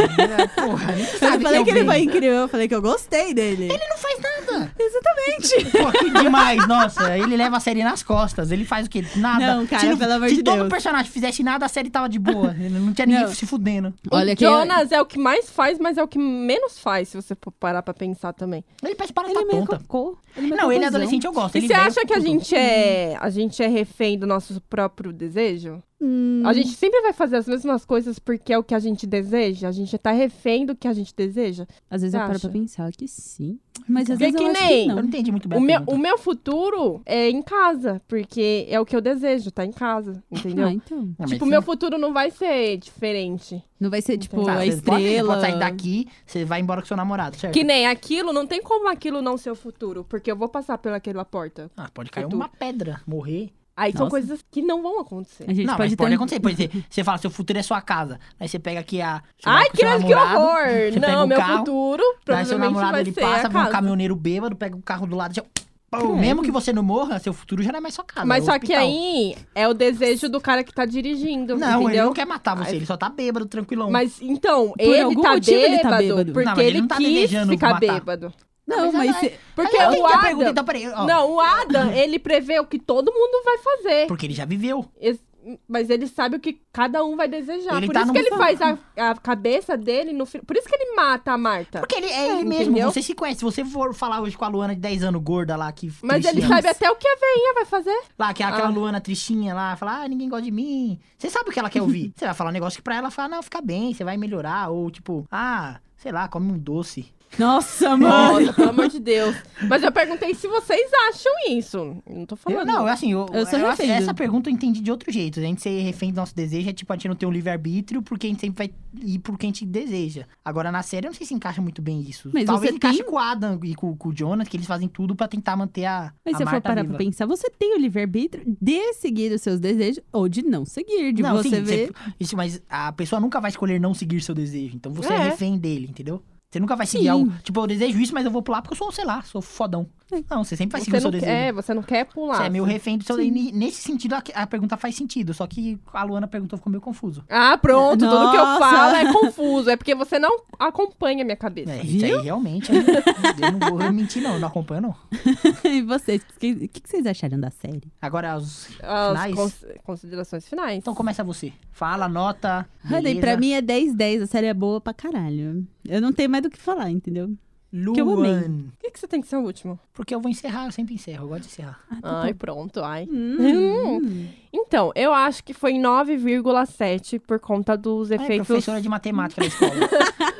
Porra, nem
Eu não
sabe quem
falei que
é o
ele
Ben.
foi incrível, eu falei que eu gostei dele.
Ele não faz nada.
Exatamente.
Pô, que demais, nossa. Ele leva a série nas costas. Ele faz o quê? Nada.
Não, cara,
se
pelo amor de
Se todo
Deus.
personagem fizesse nada, a série tava de boa. Ele não tinha ninguém
Não.
se fudendo.
Olha
o
quem-
Jonas é o que mais faz, mas é o que menos faz, se você for parar pra pensar também.
Ele parece para
Ele é
tá
meio
tonta.
cocô.
Não, ele é adolescente, eu gosto.
E
ele
você
velho,
acha que a
puto.
gente é. A gente é refém do nosso próprio desejo?
Hum,
A gente sempre vai fazer as mesmas coisas porque é o que a gente deseja? A gente tá refém do que a gente deseja?
às vezes eu
Você
paro pra
acha?
pensar que sim. Mas às
Porque
vezes eu
que
acho
nem-
que
Eu
não.
não entendi muito bem.
O
a
meu,
pergunta.
o meu futuro é em casa, porque é o que eu desejo, tá em casa, entendeu?
Ah, então.
Não, mas
Tipo,
isso
meu futuro não vai ser diferente.
Não vai ser, tipo,
Entendi.
Tá,
a
você pode- Você
estrela.
pode sair daqui, você vai embora com seu namorado, certo?
Que nem aquilo, não tem como aquilo não ser o futuro, porque eu vou passar pelaquela porta.
Ah, pode cair
Futuro.
uma pedra, morrer.
Aí são
Nossa.
coisas que não vão acontecer.
A gente
não,
pode
mas
ter
pode
um-
acontecer. Por exemplo, você fala, seu futuro é sua casa. Aí você pega aqui a. você vai
Ai,
com seu
credo, que
namorado,
horror!
Você pega
Não,
o
meu
carro,
futuro
Daí seu
provavelmente
namorado
vai
ele
ser
passa,
a
vem um
casa. É.
caminhoneiro bêbado, pega o carro do lado já. Pum,
Credo.
mesmo que você não morra, seu futuro já não é mais sua casa.
Mas
é o
só que
hospital.
aí é o desejo do cara que tá dirigindo,
Não, ele
entendeu?
não quer matar você,
Ai.
ele só tá bêbado, tranquilão.
Mas então, ele
algum
tá,
motivo
bêbado
ele tá bêbado.
porque
Não, mas ele
ele,
não tá
quis
desejando
ficar
matar.
bêbado.
Não,
mas
mas...
ela-
se-
Porque
Aí eu
o
entendi a pergunta,
Adam...
então peraí. ó,
Não, o Adam, ele prevê o que todo mundo vai fazer.
Porque ele já viveu.
Es- Mas ele sabe o que cada um vai desejar.
Ele
por
tá
isso
num
que ele
fa-
faz a, a cabeça dele no fim. Por isso que ele mata a Marta.
Porque ele é ele mesmo,
Entendeu?
você se conhece. Se você for falar hoje com a Luana de 10 anos gorda lá, que
Mas ele
tricinha,
sabe até o que a veinha vai fazer.
Lá, que é aquela
Ah.
Luana tristinha lá, fala, ah, ninguém gosta de mim. Você sabe o que ela quer ouvir. Você vai falar um negócio que pra ela fala, não, fica bem, você vai melhorar. Ou tipo, ah, sei lá, come um doce.
Nossa, mano.
Nossa, pelo amor de Deus. Mas eu perguntei se vocês acham isso. Eu não tô
Eu,
falando.
não, assim, eu,
Eu sou
eu-
refém do-
essa pergunta eu entendi de outro jeito. A gente ser refém do nosso desejo é tipo, a gente não ter um livre-arbítrio porque a gente sempre vai ir por quem a gente deseja. Agora, na série, eu não sei se encaixa muito bem isso.
Mas
Talvez
você
encaixe
tem-
com o Adam e com, com o Jonas, que eles fazem tudo pra tentar manter a.
Mas
a
se eu for
Marta
parar
viva.
pra pensar, você tem o livre-arbítrio de seguir os seus desejos ou de não seguir, de
Não,
você
sim,
ver.
você- isso, mas a pessoa nunca vai escolher não seguir seu desejo. Então você é,
É.
refém dele, entendeu? Você nunca vai
Sim.
seguir algo. Tipo, eu desejo isso, mas eu vou pular porque eu sou, sei lá, sou fodão.
É.
Não, você sempre vai seguir
Você
o seu
não,
desejo.
quer, você não quer pular.
Você é meio refém do seu. E nesse sentido, a, a pergunta faz sentido. Só que a Luana perguntou, ficou meio confuso.
Ah, pronto. Tudo que eu
Nossa.
falo é confuso. É porque você não acompanha a minha cabeça.
É, isso aí realmente. Eu não vou mentir, não. Eu não acompanho, não.
e vocês, o que, o que vocês acharam da série?
Agora, os
As
finais.
cons- considerações finais.
Então começa você. Fala, nota.
Ah, daí,
beleza.
pra mim é 10-10, a série é boa pra caralho. Eu não tenho mais do que falar, entendeu? que eu amei.
Luan.
Por que, que você tem que ser o último?
Porque eu vou encerrar, eu sempre encerro. Eu gosto de encerrar.
Ai, pronto, ai.
Hum,
Então, eu acho que foi 9,7 por conta dos
Ai,
efeitos.
é professora de matemática da escola.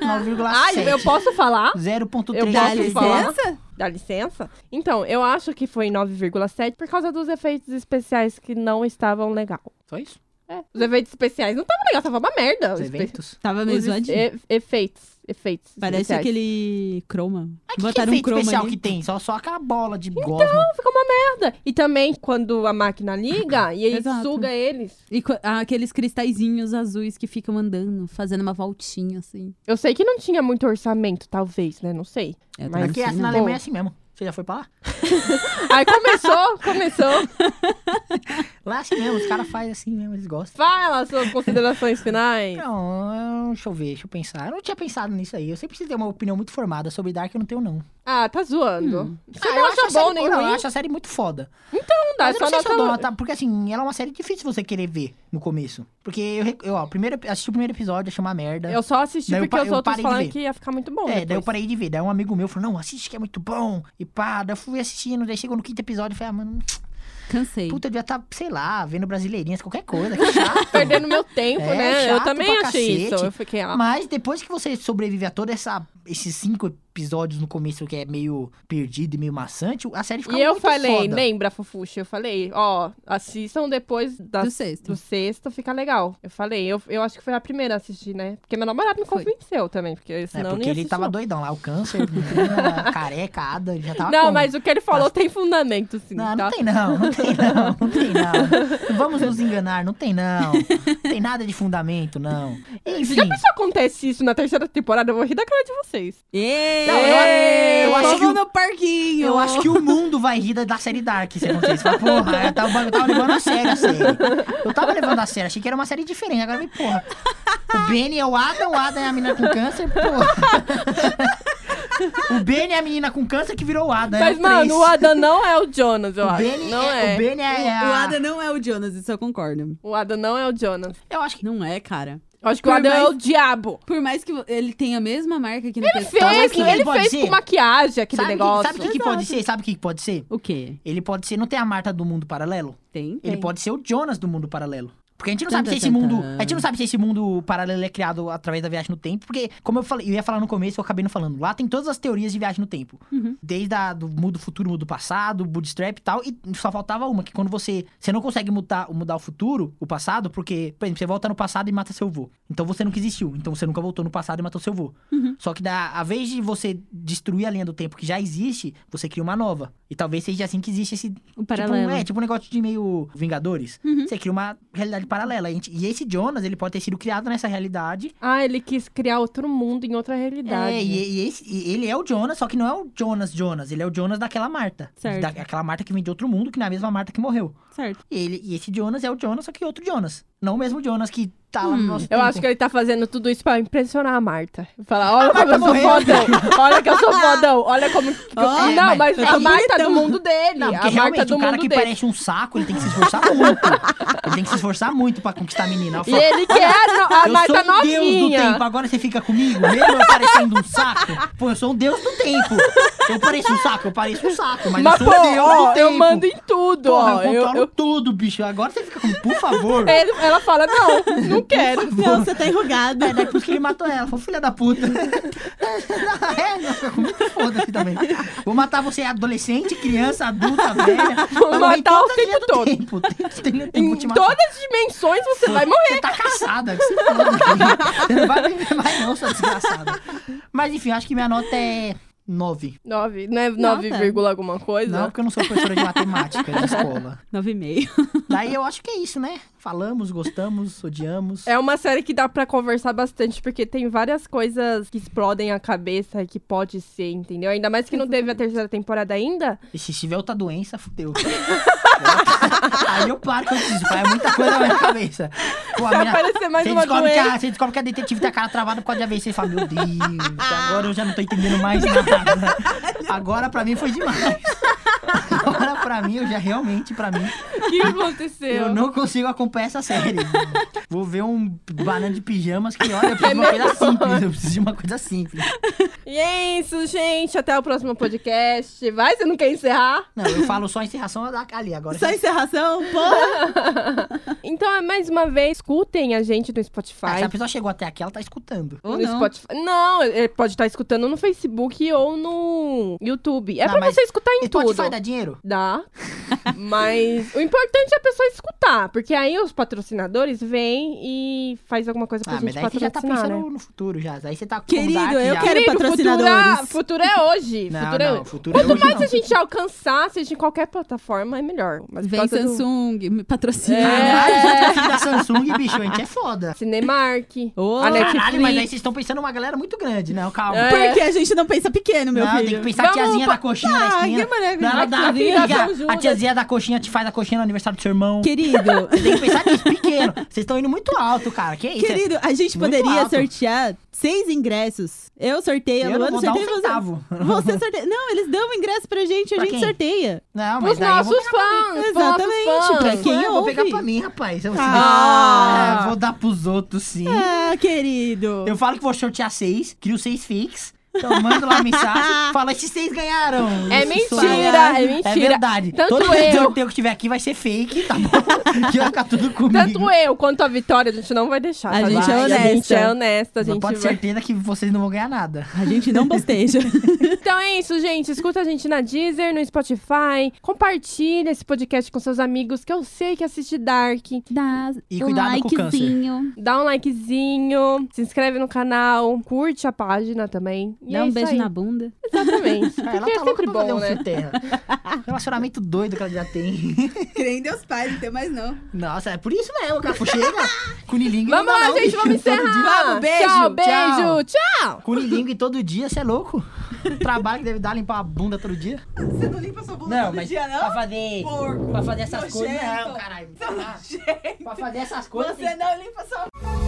9,7.
Ai, eu posso falar?
0.3
Eu
Dá
posso falar?
licença?
Dá licença? Então, eu acho que foi 9,7 por causa dos efeitos especiais que não estavam legal.
Só isso?
É, os efeitos especiais não estavam legal, tava uma merda.
Os
Os espe-
eventos?
Tava
os
meio
es-
zoadinho.
e- efeitos, efeitos
Parece
especiais.
aquele croma.
Mas Ah, que
Botaram
que
um
efeito
croma
especial
ali.
que tem? Então, Só, só aquela bola de gosma.
Ficou uma merda. E também quando a máquina liga e ele
Exato.
suga eles.
E co- ah, aqueles cristalzinhos azuis que ficam andando, fazendo uma voltinha, assim.
Eu sei que não tinha muito orçamento, talvez, né? Não sei.
Eu
Mas
também
Aqui
não sei,
assim, na
não.
Bom.
Alemanha é assim mesmo. Você já foi pra lá?
Aí começou, começou.
Lá assim mesmo, os caras fazem assim mesmo, eles gostam.
Fala suas considerações finais.
Não, eu- deixa eu ver, deixa eu pensar. Eu não tinha pensado nisso aí. Eu sempre preciso ter uma opinião muito formada sobre Dark, eu não tenho, não.
Ah, tá zoando. Você
Ah,
não
eu acho
acha
a série-
bom nem
não, Eu
ruim?
acho a série muito foda.
Não dá,
Mas eu
só
não sei se eu dou
nota...
nota, porque assim, ela é uma série difícil você querer ver no começo. Porque eu, re- eu ó, primeiro, assisti o primeiro episódio, achei uma merda.
Eu só assisti
Daí eu
porque
pa-
os
eu
outros
parei de
falaram
ver.
que ia ficar muito bom.
É, daí eu
depois.
parei de ver. Daí um amigo meu falou, não, assiste que é muito bom. E pá, daí eu fui assistindo, daí chegou no quinto episódio e falei, ah, mano,
Cansei.
puta, eu devia estar, sei lá, vendo brasileirinhas, qualquer coisa, que chato.
Perdendo meu tempo,
É,
né? Eu
chato
também
pra
achei
cacete.
isso. Eu fiquei, ah,
Mas depois que você sobrevive a toda essa esses cinco episódios no começo que é meio perdido e meio maçante, a série fica
E eu
muito
falei,
foda.
lembra, Fofuxa? Eu falei, ó, assistam depois da,
Do sexto.
do sexto, fica legal. Eu falei, eu, eu acho que foi a primeira a assistir, né? Porque meu namorado me
Foi.
convenceu também, porque
É,
senão eu
porque
nem
ele
assisti,
tava
não.
doidão lá, o câncer, a careca, a Ada, ele já tava
Não,
como?
mas o que ele falou tem fundamento, sim, tá?
Não, não tem não, não tem não, não tem não. Vamos nos enganar, não tem não. Não tem nada de fundamento, não. Enfim.
Se acontece isso na terceira temporada, eu vou rir da cara de vocês.
Ê!
Não, eu- eu acho
Vamos
que o-
no parquinho.
Eu acho que o mundo vai rir da, da série Dark, se acontecer. Você fala, porra, eu tava, eu tava levando a sério a série. Eu tava levando a sério, achei que era uma série diferente. Agora me porra. O Benny é o Adam, o Adam é a menina com câncer, porra. O Benny é a menina com câncer que virou o Adam.
mas,
é
mano,
três.
o Adam não é o Jonas, eu
O
acho.
Benny
não
é,
é.
O Benny é, a...
O Ada não é o Jonas, isso eu concordo.
O Adam não é o Jonas.
Eu acho que...
Não é, cara.
Eu acho que o
Por
Adam é
mais-
o diabo.
Por mais que ele tenha a mesma marca aqui no
Fez,
pescoço.
sabe o Então, que
ele
pode
fez
ser?
com maquiagem aquele
sabe
negócio.
Que, sabe o que, que pode ser? Sabe o que, que pode ser?
O quê?
Ele pode ser... Não tem a Marta do mundo paralelo?
Tem?
Ele pode ser o Jonas do mundo paralelo. Porque a gente não
Tan,
sabe se
tan,
esse
tan,
mundo.
tan.
A gente não sabe se esse mundo paralelo é criado através da viagem no tempo. Porque, como eu falei, eu ia falar no começo, eu acabei não falando. Lá tem todas as teorias de viagem no tempo.
Uhum.
Desde a do mundo futuro, mundo passado, bootstrap e tal. E só faltava uma, que quando você. Você não consegue mudar, mudar o futuro, o passado, porque, por exemplo, você volta no passado e mata seu avô. Então você nunca existiu. Então você nunca voltou no passado e matou seu avô. Só que da, a vez de você destruir a linha do tempo que já existe, você cria uma nova. E talvez seja assim que existe esse
O
Tipo,
paralelo.
um- é, tipo um negócio de meio Vingadores.
Uhum.
Você cria uma realidade paralela. A gente- E esse Jonas, ele pode ter sido criado nessa realidade.
Ah, ele quis criar outro mundo em outra realidade.
É, e, e esse- e ele é o Jonas, só que não é o Jonas Jonas. Ele é o Jonas daquela Marta.
Certo.
Da, aquela Marta que vem de outro mundo, que não é a mesma Marta que morreu.
Certo.
E, ele, e esse Jonas é o Jonas, só que outro Jonas. Não o mesmo Jonas que tá lá no nosso
Eu acho que ele tá fazendo tudo isso pra impressionar a Marta. Falar, olha como eu sou
morreu.
fodão. Olha que eu sou fodão. Olha como... que eu-
Ó,
não,
mas-
mas
eu
a
tô
Marta do
bonitão.
mundo dele.
Não, porque
a Marta
realmente
do
o cara
mundo
que
dele.
parece um saco, ele tem que se esforçar muito. ele tem que se esforçar muito pra conquistar a menina. Ela
E
fala,
ele quer a, a
eu
Marta
sou um deus do
novinha.
tempo, agora você fica comigo, mesmo eu parecendo um saco. Pô, eu sou um deus do tempo. Eu pareço um saco, eu pareço um saco, mas,
Mas,
eu
pô,
sou um deus do
ó,
tempo.
eu mando em tudo, ó.
Porra, eu
Eu-
controlo
eu- É.
tudo, bicho. Agora você fica comigo, por favor.
Ele- ela fala, não, não quero.
Não, você tá enrugada.
É por isso que ele matou ela, foi filha da puta. é, não, fica comigo, foda-se também. Vou matar você adolescente, criança, adulta, velha.
Vou
Mas
matar
todas
o
as
tempo
linhas do
todo.
Tempo, tempo, tempo,
Em
tempo, te matar.
todas as dimensões você vai morrer.
Você tá caçada. que se foda, filho. Você não vai viver mais não, sua desgraçada. Mas enfim, acho que minha nota é 9.
Nove, não é nove vírgula alguma coisa?
Não, porque eu não sou professora de matemática de escola.
Nove e meio.
Daí eu acho que é isso, né? Falamos, gostamos, odiamos.
É uma série que dá pra conversar bastante, porque tem várias coisas que explodem a cabeça e que pode ser, entendeu? Ainda mais que não teve a terceira temporada ainda.
E se tiver outra doença, fudeu. Aí eu paro que eu desisto. É muita coisa na minha cabeça. Pô, a
Vai
minha-
aparecer mais
Você
uma
descobre, que
doença.
a, você descobre que a detetive tem a cara travada por causa de AVC. Você fala, meu Deus, agora eu já não tô entendendo mais nada. Agora pra mim foi demais. Agora pra mim, eu já realmente, pra mim,
O que aconteceu?
eu não consigo acompanhar essa série. Vou ver um banana de pijamas que, olha, eu preciso de uma
É
coisa
melhor.
simples. Eu preciso de uma coisa simples.
E é isso, gente. Até o próximo podcast. Vai, você não quer encerrar?
Não, eu falo só a encerração da- ali agora.
Só encerração, porra.
Então, mais uma vez, escutem a gente no
Ah, se
Spotify.
a pessoa chegou até aqui, ela tá escutando.
Ou
no
não.
Spotify. Não, ele pode estar escutando no Facebook ou no YouTube. É
Não,
pra
mas
você escutar em
Spotify
É tudo.
dá dinheiro?
Dá. dá. mas o importante é a pessoa escutar, porque aí os patrocinadores vêm e faz alguma coisa pra
Ah,
gente
mas aí você já tá
patrocinar, né?
pensando no futuro já. Aí você tá com
Querido,
Dark
eu
já.
quero
Querido,
patrocinadores.
Futuro, futuro é hoje.
Não,
futuro é
não,
hoje.
futuro é
Quanto
hoje,
mais
não.
a gente alcançar, seja em qualquer plataforma, é melhor. Mas por
Vem
causa do-
Samsung, me patrocina.
É.
Aqui da Samsung, bicho, a gente é foda.
Cinemark.
Ô,
a Netflix.
Caralho, mas aí vocês estão pensando numa galera muito grande. Não, calma.
É.
Por que a gente não pensa pequeno, meu
não, tem
filho?
que pensar
Vamos
a tiazinha
pra-
da coxinha na esquina. Não, ela dá,
aqui,
liga.
dá São
A
Judas.
tiazinha da coxinha te faz a coxinha no aniversário do seu irmão.
Querido,
Você tem que pensar nisso, pequeno. Vocês estão indo muito alto, cara. Que isso?
querido, a gente
Muito
poderia
alto.
sortear seis ingressos. Eu sorteio, a
eu não
Luana
vou dar um
sorteia você.
centavo.
Você sorteia. Não, eles dão ingresso pra gente, a
Pra
gente
quem?
sorteia.
Não,
Pros
mas daí eu vou
nossos
pegar
fãs. pros
Exatamente,
nossos fãs.
pra quem
eu vou
ouve?
pegar pra mim, rapaz. Eu
Ah. É.
É, vou dar pros outros, sim.
Ah, querido.
Eu falo que vou sortear seis, crio seis fix. Então mando lá a mensagem, fala esses seis ganharam.
É
Esses
mentira,
ganharam.
é mentira.
É verdade.
Tanto
Todo
eu-
sorteio que tiver aqui vai ser fake, tá bom? que vai ficar tudo comigo.
Tanto eu quanto a Vitória, a gente não vai deixar.
A
tá, A
é
gente
gente
honesta.
é honesta, a
Mas
gente vai-
pode ter certeza que vocês não vão ganhar nada.
A gente não bosteja.
Então é isso, gente. Escuta a gente na Deezer, no Spotify. Compartilha esse podcast com seus amigos, que eu sei que assiste Dark.
Dá
E cuidado com o câncer.
Dá um likezinho, se inscreve no canal, curte a página também. E
Dá
é
um
isso
beijo
aí.
na bunda.
Exatamente.
Ah,
Porque
Ela
é
tá louca
sempre
pra fazer
bom,
um
né?
fio terra. Relacionamento doido que ela já tem.
Creio em Deus Pai, não tem mais não.
Nossa, é por isso mesmo que ela chega. Cunilingue
Vamos
não dá
lá,
não,
gente,
bicho.
vamos
Todo dia-
encerrar.
Vamos, beijo,
Tchau, beijo. Tchau.
Cunilingue todo dia, você é louco. O trabalho que deve dar limpar a bunda todo dia.
Você não limpa sua bunda
Não, mas tá pra fazer.
Porco,
Pra fazer essas né? Então,
nojento.
coisas. Não, caralho. Pra fazer essas coisas. tem-
não limpa sua